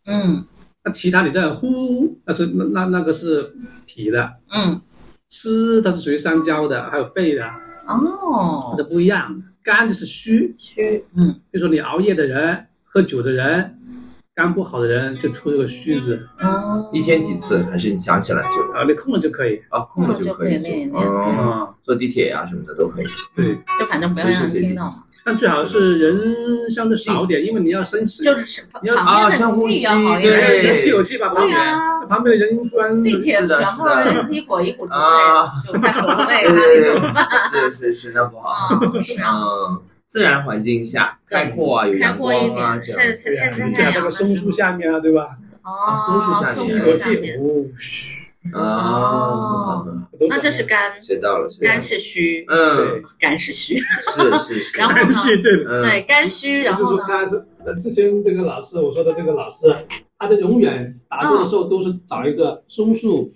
Speaker 2: 嗯
Speaker 3: 那其他你在呼，那是那那那个是脾的，
Speaker 2: 嗯，
Speaker 3: 湿它是属于三焦的，还有肺的，它
Speaker 2: 哦，
Speaker 3: 的不一样。肝就是虚，
Speaker 2: 虚，嗯
Speaker 3: 比如说你熬夜的人、喝酒的人、肝不好的人，就出这个虚字。
Speaker 2: 哦，
Speaker 1: 一天几次，还是你想起来就
Speaker 3: 啊，你空了就可以。
Speaker 1: 啊，空了
Speaker 2: 空了就
Speaker 1: 可以
Speaker 2: 可以练
Speaker 1: 做，嗯，
Speaker 2: 哦
Speaker 3: 啊，
Speaker 1: 坐地铁呀什么的都可以。
Speaker 3: 对，
Speaker 2: 就反正不要让人听到嘛，
Speaker 3: 但最好是人相对少点，因为你要生气，
Speaker 2: 就是
Speaker 3: 你要
Speaker 2: 旁边
Speaker 1: 啊
Speaker 2: 的
Speaker 1: 深呼吸
Speaker 2: 气要好一
Speaker 3: 对
Speaker 1: 对
Speaker 2: 点。
Speaker 3: 人人吸有气吧，旁
Speaker 2: 对啊
Speaker 3: 边、
Speaker 2: 呀、
Speaker 3: 旁边的人突然
Speaker 2: 地铁
Speaker 1: 是的
Speaker 2: 全部人一股一股韭
Speaker 1: 啊
Speaker 2: 菜，韭菜口子味，
Speaker 1: 对
Speaker 2: 那
Speaker 1: 对
Speaker 2: 你怎
Speaker 1: 对
Speaker 2: 么办？
Speaker 1: 嗯 是是是，那不好。
Speaker 2: 啊，是啊，
Speaker 1: 嗯，自然环境下
Speaker 2: 对
Speaker 1: 开阔啊，有
Speaker 2: 开
Speaker 1: 阳
Speaker 2: 阔
Speaker 1: 光
Speaker 2: 一
Speaker 1: 啊，
Speaker 2: 点，
Speaker 1: 这
Speaker 2: 晒
Speaker 1: 样。
Speaker 2: 晒晒晒
Speaker 3: 最
Speaker 2: 太
Speaker 3: 好
Speaker 2: 阳
Speaker 3: 在
Speaker 2: 的
Speaker 3: 个
Speaker 2: 时候。
Speaker 3: 松树下面啊，对吧？
Speaker 1: 啊
Speaker 2: 哦，
Speaker 1: 松树下
Speaker 2: 松
Speaker 1: 面
Speaker 3: 一
Speaker 1: 对
Speaker 3: 口
Speaker 2: 树下
Speaker 3: 气，
Speaker 2: 面，
Speaker 3: 呜，
Speaker 1: 啊，
Speaker 2: 那这是肝，
Speaker 1: 学到了，学到
Speaker 2: 肝
Speaker 1: 了。
Speaker 2: 哦是虚，
Speaker 1: 嗯，
Speaker 2: 肝是虚，
Speaker 1: 是是是。
Speaker 2: 然后
Speaker 3: 肝
Speaker 2: 呢
Speaker 3: 是对的。
Speaker 1: 嗯
Speaker 2: 对，肝虚，然
Speaker 3: 就是
Speaker 2: 后
Speaker 3: 说
Speaker 2: 呢，
Speaker 3: 他是呃之前这个老师我说的这个老师，他就永远打坐的时候都是找一个松树，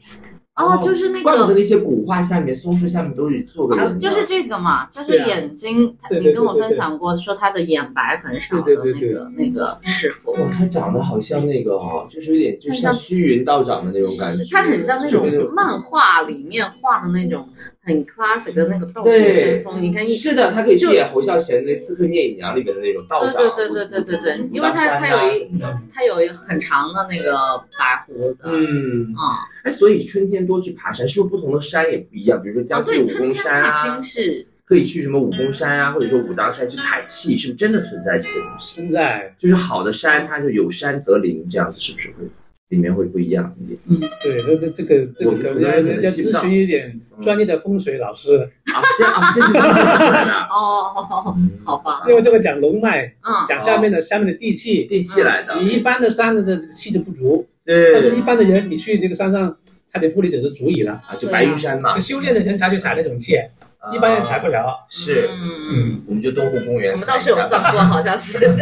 Speaker 2: 哦，就是那
Speaker 1: 怪不得
Speaker 2: 个，啊
Speaker 1: 那些古画下面、松树下面都是坐个人的，
Speaker 2: 就是这个嘛，就是
Speaker 3: 对啊
Speaker 2: 眼睛，他
Speaker 3: 对
Speaker 2: 你
Speaker 3: 对
Speaker 2: 跟我
Speaker 3: 对对
Speaker 2: 分享过说他的眼白很少的
Speaker 3: 对对对
Speaker 2: 那个那个师傅，
Speaker 1: 哇，他长得好像那个哦，就是有点就
Speaker 2: 他
Speaker 1: 像
Speaker 2: 像
Speaker 1: 虚云道长的那种感
Speaker 2: 是
Speaker 1: 觉，
Speaker 2: 他很像那种
Speaker 1: 是那
Speaker 2: 漫画里面画的那种很 classic 的那个道
Speaker 1: 对
Speaker 2: 骨先锋，你看一。
Speaker 1: 是的，他可以去
Speaker 2: 就
Speaker 1: 演侯孝贤那《刺客聂隐娘》里面的那种道
Speaker 2: 对
Speaker 1: 长，
Speaker 2: 对对对对对对，因为他他有
Speaker 1: 啊
Speaker 2: 一他有一很长的那个白胡子，
Speaker 1: 嗯，
Speaker 2: 啊，
Speaker 1: 哎，所以春天多去爬山，是不是不同的山也不一样？比如说
Speaker 2: 哦
Speaker 1: 江西
Speaker 2: 对，
Speaker 1: 武
Speaker 2: 春
Speaker 1: 功
Speaker 2: 天
Speaker 1: 山
Speaker 2: 踏
Speaker 1: 啊
Speaker 2: 青，是
Speaker 11: 可以去什么武功山啊，或者说武当山去采气，是不是真的存在这些东西？
Speaker 3: 现在
Speaker 11: 就是好的山，它就有山则灵，这样子是不是会里面会不一样一点？
Speaker 3: 对，那那这个这个可能要要咨询一点
Speaker 2: 嗯
Speaker 3: 专业的风水老师，
Speaker 11: 啊，这啊，这是怎么出来的？
Speaker 2: 哦， 好吧，
Speaker 3: 因为这个讲龙脉，
Speaker 2: 嗯，
Speaker 3: 讲下面的下面的地气，
Speaker 11: 地气来的，
Speaker 2: 哦
Speaker 3: 你一般的山的这这个气就不足，但是
Speaker 11: 对，
Speaker 3: 一般的人你去那个山上差点负离子是足矣了，
Speaker 11: 啊，就白云山嘛，
Speaker 3: 修炼的人才去采那种气，
Speaker 2: 啊
Speaker 3: 一般人采不了。
Speaker 11: 是，
Speaker 2: 嗯。
Speaker 3: 嗯，
Speaker 1: 我们就东湖公园。
Speaker 2: 我们倒是有算过，好像是这个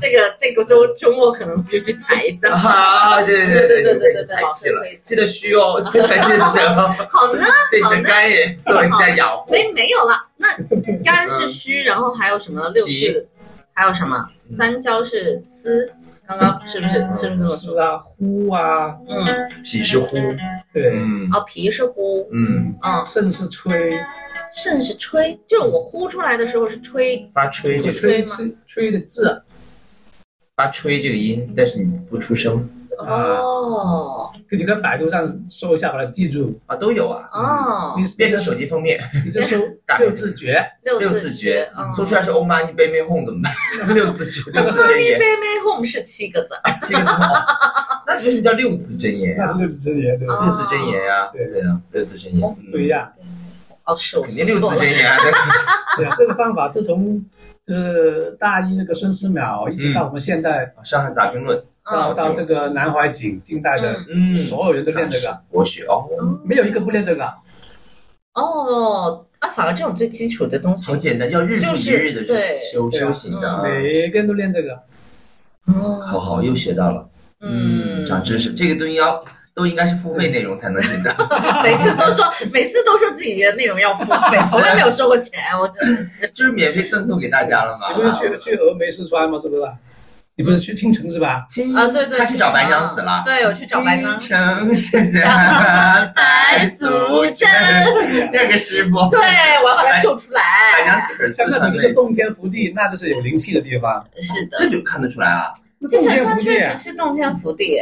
Speaker 2: 这个这个周周末可能就去踩一下。
Speaker 1: 啊，对对对对对，太气了，记得虚哦，记得健身哦，
Speaker 2: 好呢，
Speaker 1: 对你的肝也做一下养护。
Speaker 2: 没没有了。那肝是虚，然后还有什么呢？六四，还有什么？
Speaker 1: 嗯
Speaker 2: 三焦是思，刚刚是不是是不是这么
Speaker 3: 是
Speaker 2: 说？
Speaker 3: 啊，呼啊，
Speaker 2: 嗯，
Speaker 11: 脾是呼，
Speaker 3: 对，
Speaker 1: 嗯
Speaker 2: 哦，脾是呼，
Speaker 1: 嗯，
Speaker 2: 嗯，
Speaker 3: 肾是吹，
Speaker 2: 肾是吹，就是我呼出来的时候是吹，
Speaker 1: 发吹这
Speaker 3: 就
Speaker 1: 个
Speaker 3: 吹
Speaker 2: 吹
Speaker 3: 吹吹的字啊
Speaker 1: 发吹这个音，但是你不出声
Speaker 3: 啊，
Speaker 2: 哦
Speaker 3: 你可以百度上搜一下，把它记住。
Speaker 1: 啊，都有啊。
Speaker 2: 哦
Speaker 3: 你，
Speaker 1: 变成手机封面，
Speaker 3: 你 这搜六字诀，
Speaker 2: 六
Speaker 1: 六
Speaker 2: 字
Speaker 1: 字
Speaker 2: 诀
Speaker 1: 诀，
Speaker 2: 嗯，
Speaker 1: 说出来是欧妈你贝妹哄怎么办？ 六字诀，六字真
Speaker 2: 咪
Speaker 1: 言，
Speaker 2: 呗咪哄是七个字，
Speaker 1: 七 个字哦。那为什么叫六字真言
Speaker 3: 那
Speaker 1: 呀？
Speaker 3: 是六字真言，对吧？
Speaker 1: 六字真言呀，
Speaker 3: 对
Speaker 1: 对啊，六字真言，嗯
Speaker 3: 不一样。
Speaker 2: 哦，是我
Speaker 1: 肯定
Speaker 2: 说
Speaker 1: 六
Speaker 2: 错
Speaker 1: 字
Speaker 2: 了
Speaker 1: 真言啊。
Speaker 3: 对啊，这个方法自从就是大一这个孙思邈，一直到我们现在
Speaker 1: 上海杂评论，
Speaker 3: 到
Speaker 2: 嗯
Speaker 3: 到这个南怀瑾，近代的
Speaker 1: 嗯
Speaker 3: 所有人都练这个，
Speaker 1: 博学哦，
Speaker 2: 哦
Speaker 3: 没有一个不练这个。
Speaker 2: 哦，啊，反而这种最基础的东西
Speaker 1: 好，简单，要日
Speaker 2: 就
Speaker 1: 复一
Speaker 2: 是
Speaker 1: 日的去
Speaker 2: 对
Speaker 1: 修
Speaker 3: 对啊
Speaker 1: 修行的啊。
Speaker 3: 每个人都练这个，
Speaker 1: 好
Speaker 2: 哦，
Speaker 1: 好，又学到了，
Speaker 2: 嗯，
Speaker 1: 长知识。这个都应该都应该是付费内容才能 听到。
Speaker 2: 每次都说，每次都说自己的内容要付 费，从来没有收过钱，我真的是，
Speaker 1: 就是免费赠送给大家了
Speaker 3: 你不是
Speaker 1: 嘛。啊
Speaker 3: 去去峨眉四川吗？是不是？你不是去青城是吧？
Speaker 1: 亲
Speaker 2: 啊对对
Speaker 1: 他去找白娘子了。
Speaker 2: 对，我去找白娘
Speaker 1: 京，城深 山啊白素贞，那个师傅，
Speaker 2: 对，我要把他救出
Speaker 1: 白
Speaker 2: 来，
Speaker 1: 娘子可是
Speaker 3: 像那种
Speaker 1: 团
Speaker 3: 就是
Speaker 1: 队，
Speaker 3: 洞天福地，那就是有灵气的地方
Speaker 2: 是的
Speaker 1: 这，就看得出来啊。
Speaker 2: 京城
Speaker 3: 洞天
Speaker 2: 山
Speaker 3: 福地
Speaker 2: 确实是洞天福地，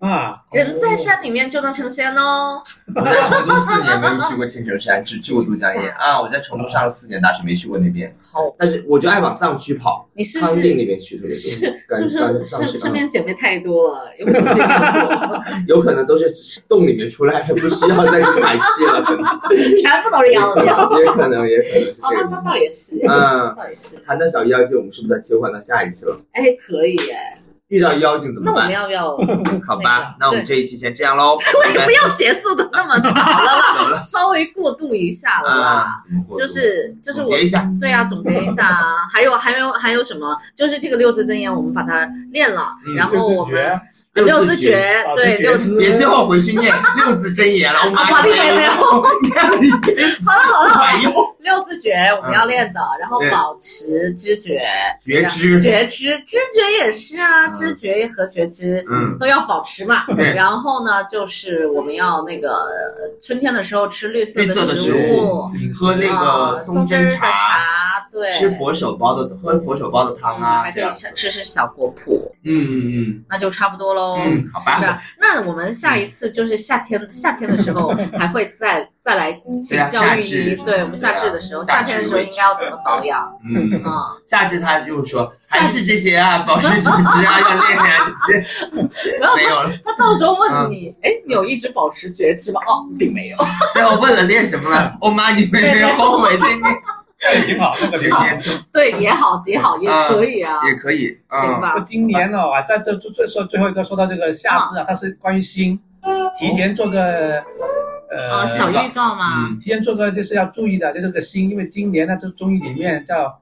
Speaker 3: 啊。
Speaker 2: 人在山里面就能成仙哦，
Speaker 1: 我在成都四年没有去过青城山，只去过都江堰啊。我在成都上了四年大学，没去过那边。
Speaker 2: 好，
Speaker 11: 但是我就爱往藏区跑，
Speaker 2: 你是不
Speaker 11: 康定
Speaker 2: 是？
Speaker 11: 那边去特别
Speaker 2: 是
Speaker 11: 多，
Speaker 2: 是不
Speaker 11: 甘
Speaker 2: 是
Speaker 11: 甘藏
Speaker 2: 是
Speaker 11: 区
Speaker 2: 身
Speaker 11: 啊
Speaker 2: 边姐妹太多了，有没有事情做？
Speaker 11: 有可能都是洞里面出来的，不需要再去采气了，可能
Speaker 2: 全部都是 妖孽。
Speaker 11: 也可能也可能是这
Speaker 2: 哦哦，那那
Speaker 11: 个。
Speaker 2: 倒也是，
Speaker 11: 嗯，
Speaker 2: 倒也是，
Speaker 11: 谈到小妖精，我们是不是要切换到下一期了？
Speaker 2: 哎，可以哎，
Speaker 11: 遇到妖
Speaker 1: 嗯
Speaker 11: 精怎
Speaker 2: 那
Speaker 11: 么
Speaker 2: 我
Speaker 11: 办？
Speaker 2: 们要不要？
Speaker 1: 好吧，
Speaker 2: 那个
Speaker 1: 那我们这一期先这样喽，宝贝们
Speaker 2: 不要结束的那么早了
Speaker 1: 走
Speaker 2: 啦，
Speaker 1: 了
Speaker 2: 稍微过渡一下了啦。
Speaker 1: 啊，怎么过渡
Speaker 2: 就是就是
Speaker 1: 总
Speaker 2: 我
Speaker 1: 结一下，
Speaker 2: 对啊，总结一下啊，还有还有还有什么？就是这个六字真言，我们把它练了，
Speaker 1: 嗯
Speaker 2: 然后我们
Speaker 3: 啊
Speaker 11: 六字诀
Speaker 2: 六字诀，
Speaker 3: 保持
Speaker 2: 对
Speaker 3: 觉
Speaker 2: 六字。
Speaker 3: 知，
Speaker 1: 别叫我回去念六字真言了，我
Speaker 2: 啊
Speaker 1: 马
Speaker 2: 宝
Speaker 1: 上
Speaker 2: 贝没有
Speaker 1: 你看你给
Speaker 2: 好了好了好
Speaker 1: 管
Speaker 2: 了，
Speaker 1: 用，
Speaker 2: 六字诀我们要练的，然后
Speaker 1: 嗯对
Speaker 2: 保持知觉，
Speaker 1: 觉知，
Speaker 2: 觉知知觉也是啊，
Speaker 1: 嗯
Speaker 2: 知觉和觉知。
Speaker 1: 嗯，
Speaker 2: 都要保持嘛。
Speaker 1: 对
Speaker 2: 然后呢，就是我们要那个呃春天的时候吃绿色
Speaker 1: 绿色
Speaker 2: 的
Speaker 1: 的
Speaker 2: 食
Speaker 1: 食
Speaker 2: 物
Speaker 1: 物，，喝那
Speaker 2: 啊
Speaker 1: 个
Speaker 2: 松
Speaker 1: 松
Speaker 2: 针
Speaker 1: 针
Speaker 2: 儿的，茶，对，
Speaker 1: 吃佛手包的，喝佛手包的汤
Speaker 2: 嗯
Speaker 1: 啊，
Speaker 2: 还
Speaker 1: 这
Speaker 2: 可以
Speaker 1: 样
Speaker 2: 吃
Speaker 1: 子，
Speaker 2: 吃吃小果脯，
Speaker 1: 嗯嗯
Speaker 2: 那就差不多
Speaker 1: 嗯
Speaker 2: 喽。
Speaker 1: 嗯，好吧
Speaker 2: 是，吧？嗯那我们下一次就是夏天，夏天的时 候还会再再来请教
Speaker 1: 夏
Speaker 2: 育医
Speaker 1: 至。
Speaker 2: 对我们夏啊至的时候，
Speaker 1: 对啊
Speaker 2: 夏天的时
Speaker 1: 夏至
Speaker 2: 候
Speaker 1: 为
Speaker 2: 应该要怎么保养？
Speaker 1: 嗯，
Speaker 2: 嗯，
Speaker 1: 下次他又说
Speaker 2: 下
Speaker 1: 还是这些啊，保湿组织啊，要练呀这些，
Speaker 2: 然 后
Speaker 1: 没有了，
Speaker 2: 他到时候问你，哎，你有一直保持觉知吗？哦，并 没有。
Speaker 1: 最后问了练什么 了，我妈你没没有后悔 这念
Speaker 3: 这个挺好，这个
Speaker 1: 这
Speaker 3: 挺
Speaker 1: 个
Speaker 3: 好。
Speaker 1: 念错
Speaker 2: 对，也好，也好，嗯也可以啊，
Speaker 1: 也可以，嗯
Speaker 2: 行吧
Speaker 3: 我？今年哦，啊，在这最最说最后一个说到这个夏至啊，它是关于心，提前做个
Speaker 2: 呃，
Speaker 3: 呃
Speaker 2: 小预告嘛。
Speaker 1: 嗯
Speaker 3: 提前做个就是要注意的，就是个心，因为今年呢，这中医里面叫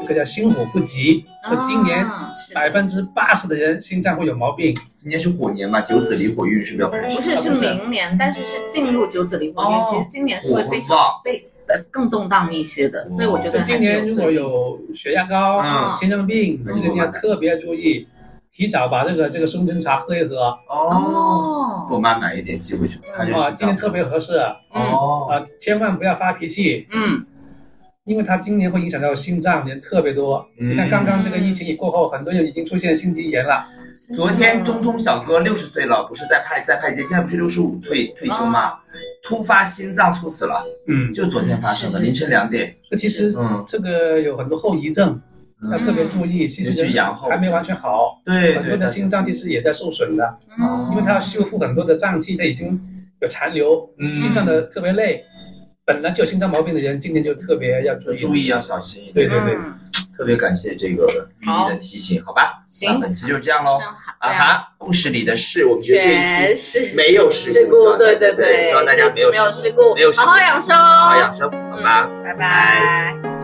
Speaker 3: 这个叫心火不及，就今年
Speaker 2: 啊是的
Speaker 3: 百分之八十的人心脏会有毛病，
Speaker 1: 今年是火年嘛，九紫离火运是比较开
Speaker 2: 不
Speaker 1: 始，
Speaker 2: 是是明年，但是是进入九紫离火运，因为
Speaker 1: 哦
Speaker 2: 其实今年是会非
Speaker 1: 火很
Speaker 2: 常
Speaker 1: 旺
Speaker 2: 被呃更动荡一些的，所以我觉得还是
Speaker 3: 今年如果
Speaker 2: 规律
Speaker 3: 有血压高、
Speaker 1: 嗯
Speaker 3: 心脏病，
Speaker 1: 嗯
Speaker 3: 这个你要特别注意，提早把这个这个松针茶喝一喝啊，
Speaker 1: 哦，我
Speaker 2: 哦，
Speaker 1: 妈买一点寄回去，她就
Speaker 3: 今年
Speaker 1: 是
Speaker 3: 特别合适啊，
Speaker 1: 哦，
Speaker 3: 千万不要发脾气，
Speaker 2: 嗯，
Speaker 3: 因为它今年会影响到心脏人特别多。
Speaker 1: 嗯
Speaker 3: 你看刚刚这个疫情一过后，很多人已经出现心肌炎了，
Speaker 1: 昨天中通小哥六十岁了，不是在派在派街，现在不是六十五退退休吗？突发心脏猝死了，
Speaker 3: 嗯，
Speaker 1: 就昨天发生的，
Speaker 4: 是是
Speaker 1: 凌晨两点。
Speaker 3: 那其实
Speaker 1: 嗯，
Speaker 3: 这个有很多后遗症，要特别注意。其
Speaker 1: 尤其
Speaker 3: 实
Speaker 1: 阳后
Speaker 3: 还没完全好，
Speaker 1: 对
Speaker 3: 很多
Speaker 1: 对
Speaker 3: 的
Speaker 1: 对，
Speaker 3: 心脏其实也在受损的，
Speaker 1: 嗯
Speaker 3: 因为它要修复很多的脏器，它已经有残留，
Speaker 1: 嗯
Speaker 3: 心脏的特别累。本来就有心脏毛病的人，今天就特别要注意。
Speaker 1: 注意要小心一
Speaker 3: 对
Speaker 1: 点。
Speaker 3: 对对，
Speaker 4: 嗯
Speaker 1: 特别感谢这个玉一的提醒，好吧？
Speaker 4: 行
Speaker 1: 那本期就这样喽
Speaker 4: 这。样好
Speaker 1: 啊
Speaker 4: 对啊
Speaker 1: 哈，故事里的事，我们觉得这一期
Speaker 2: 全是
Speaker 1: 没有事
Speaker 2: 事故，对
Speaker 1: 对
Speaker 2: 对，
Speaker 1: 希望大家
Speaker 2: 这次没
Speaker 1: 没有
Speaker 2: 有事故，
Speaker 1: 没有事故
Speaker 2: 好好养生，
Speaker 1: 好好养生，好吧？
Speaker 4: 拜拜。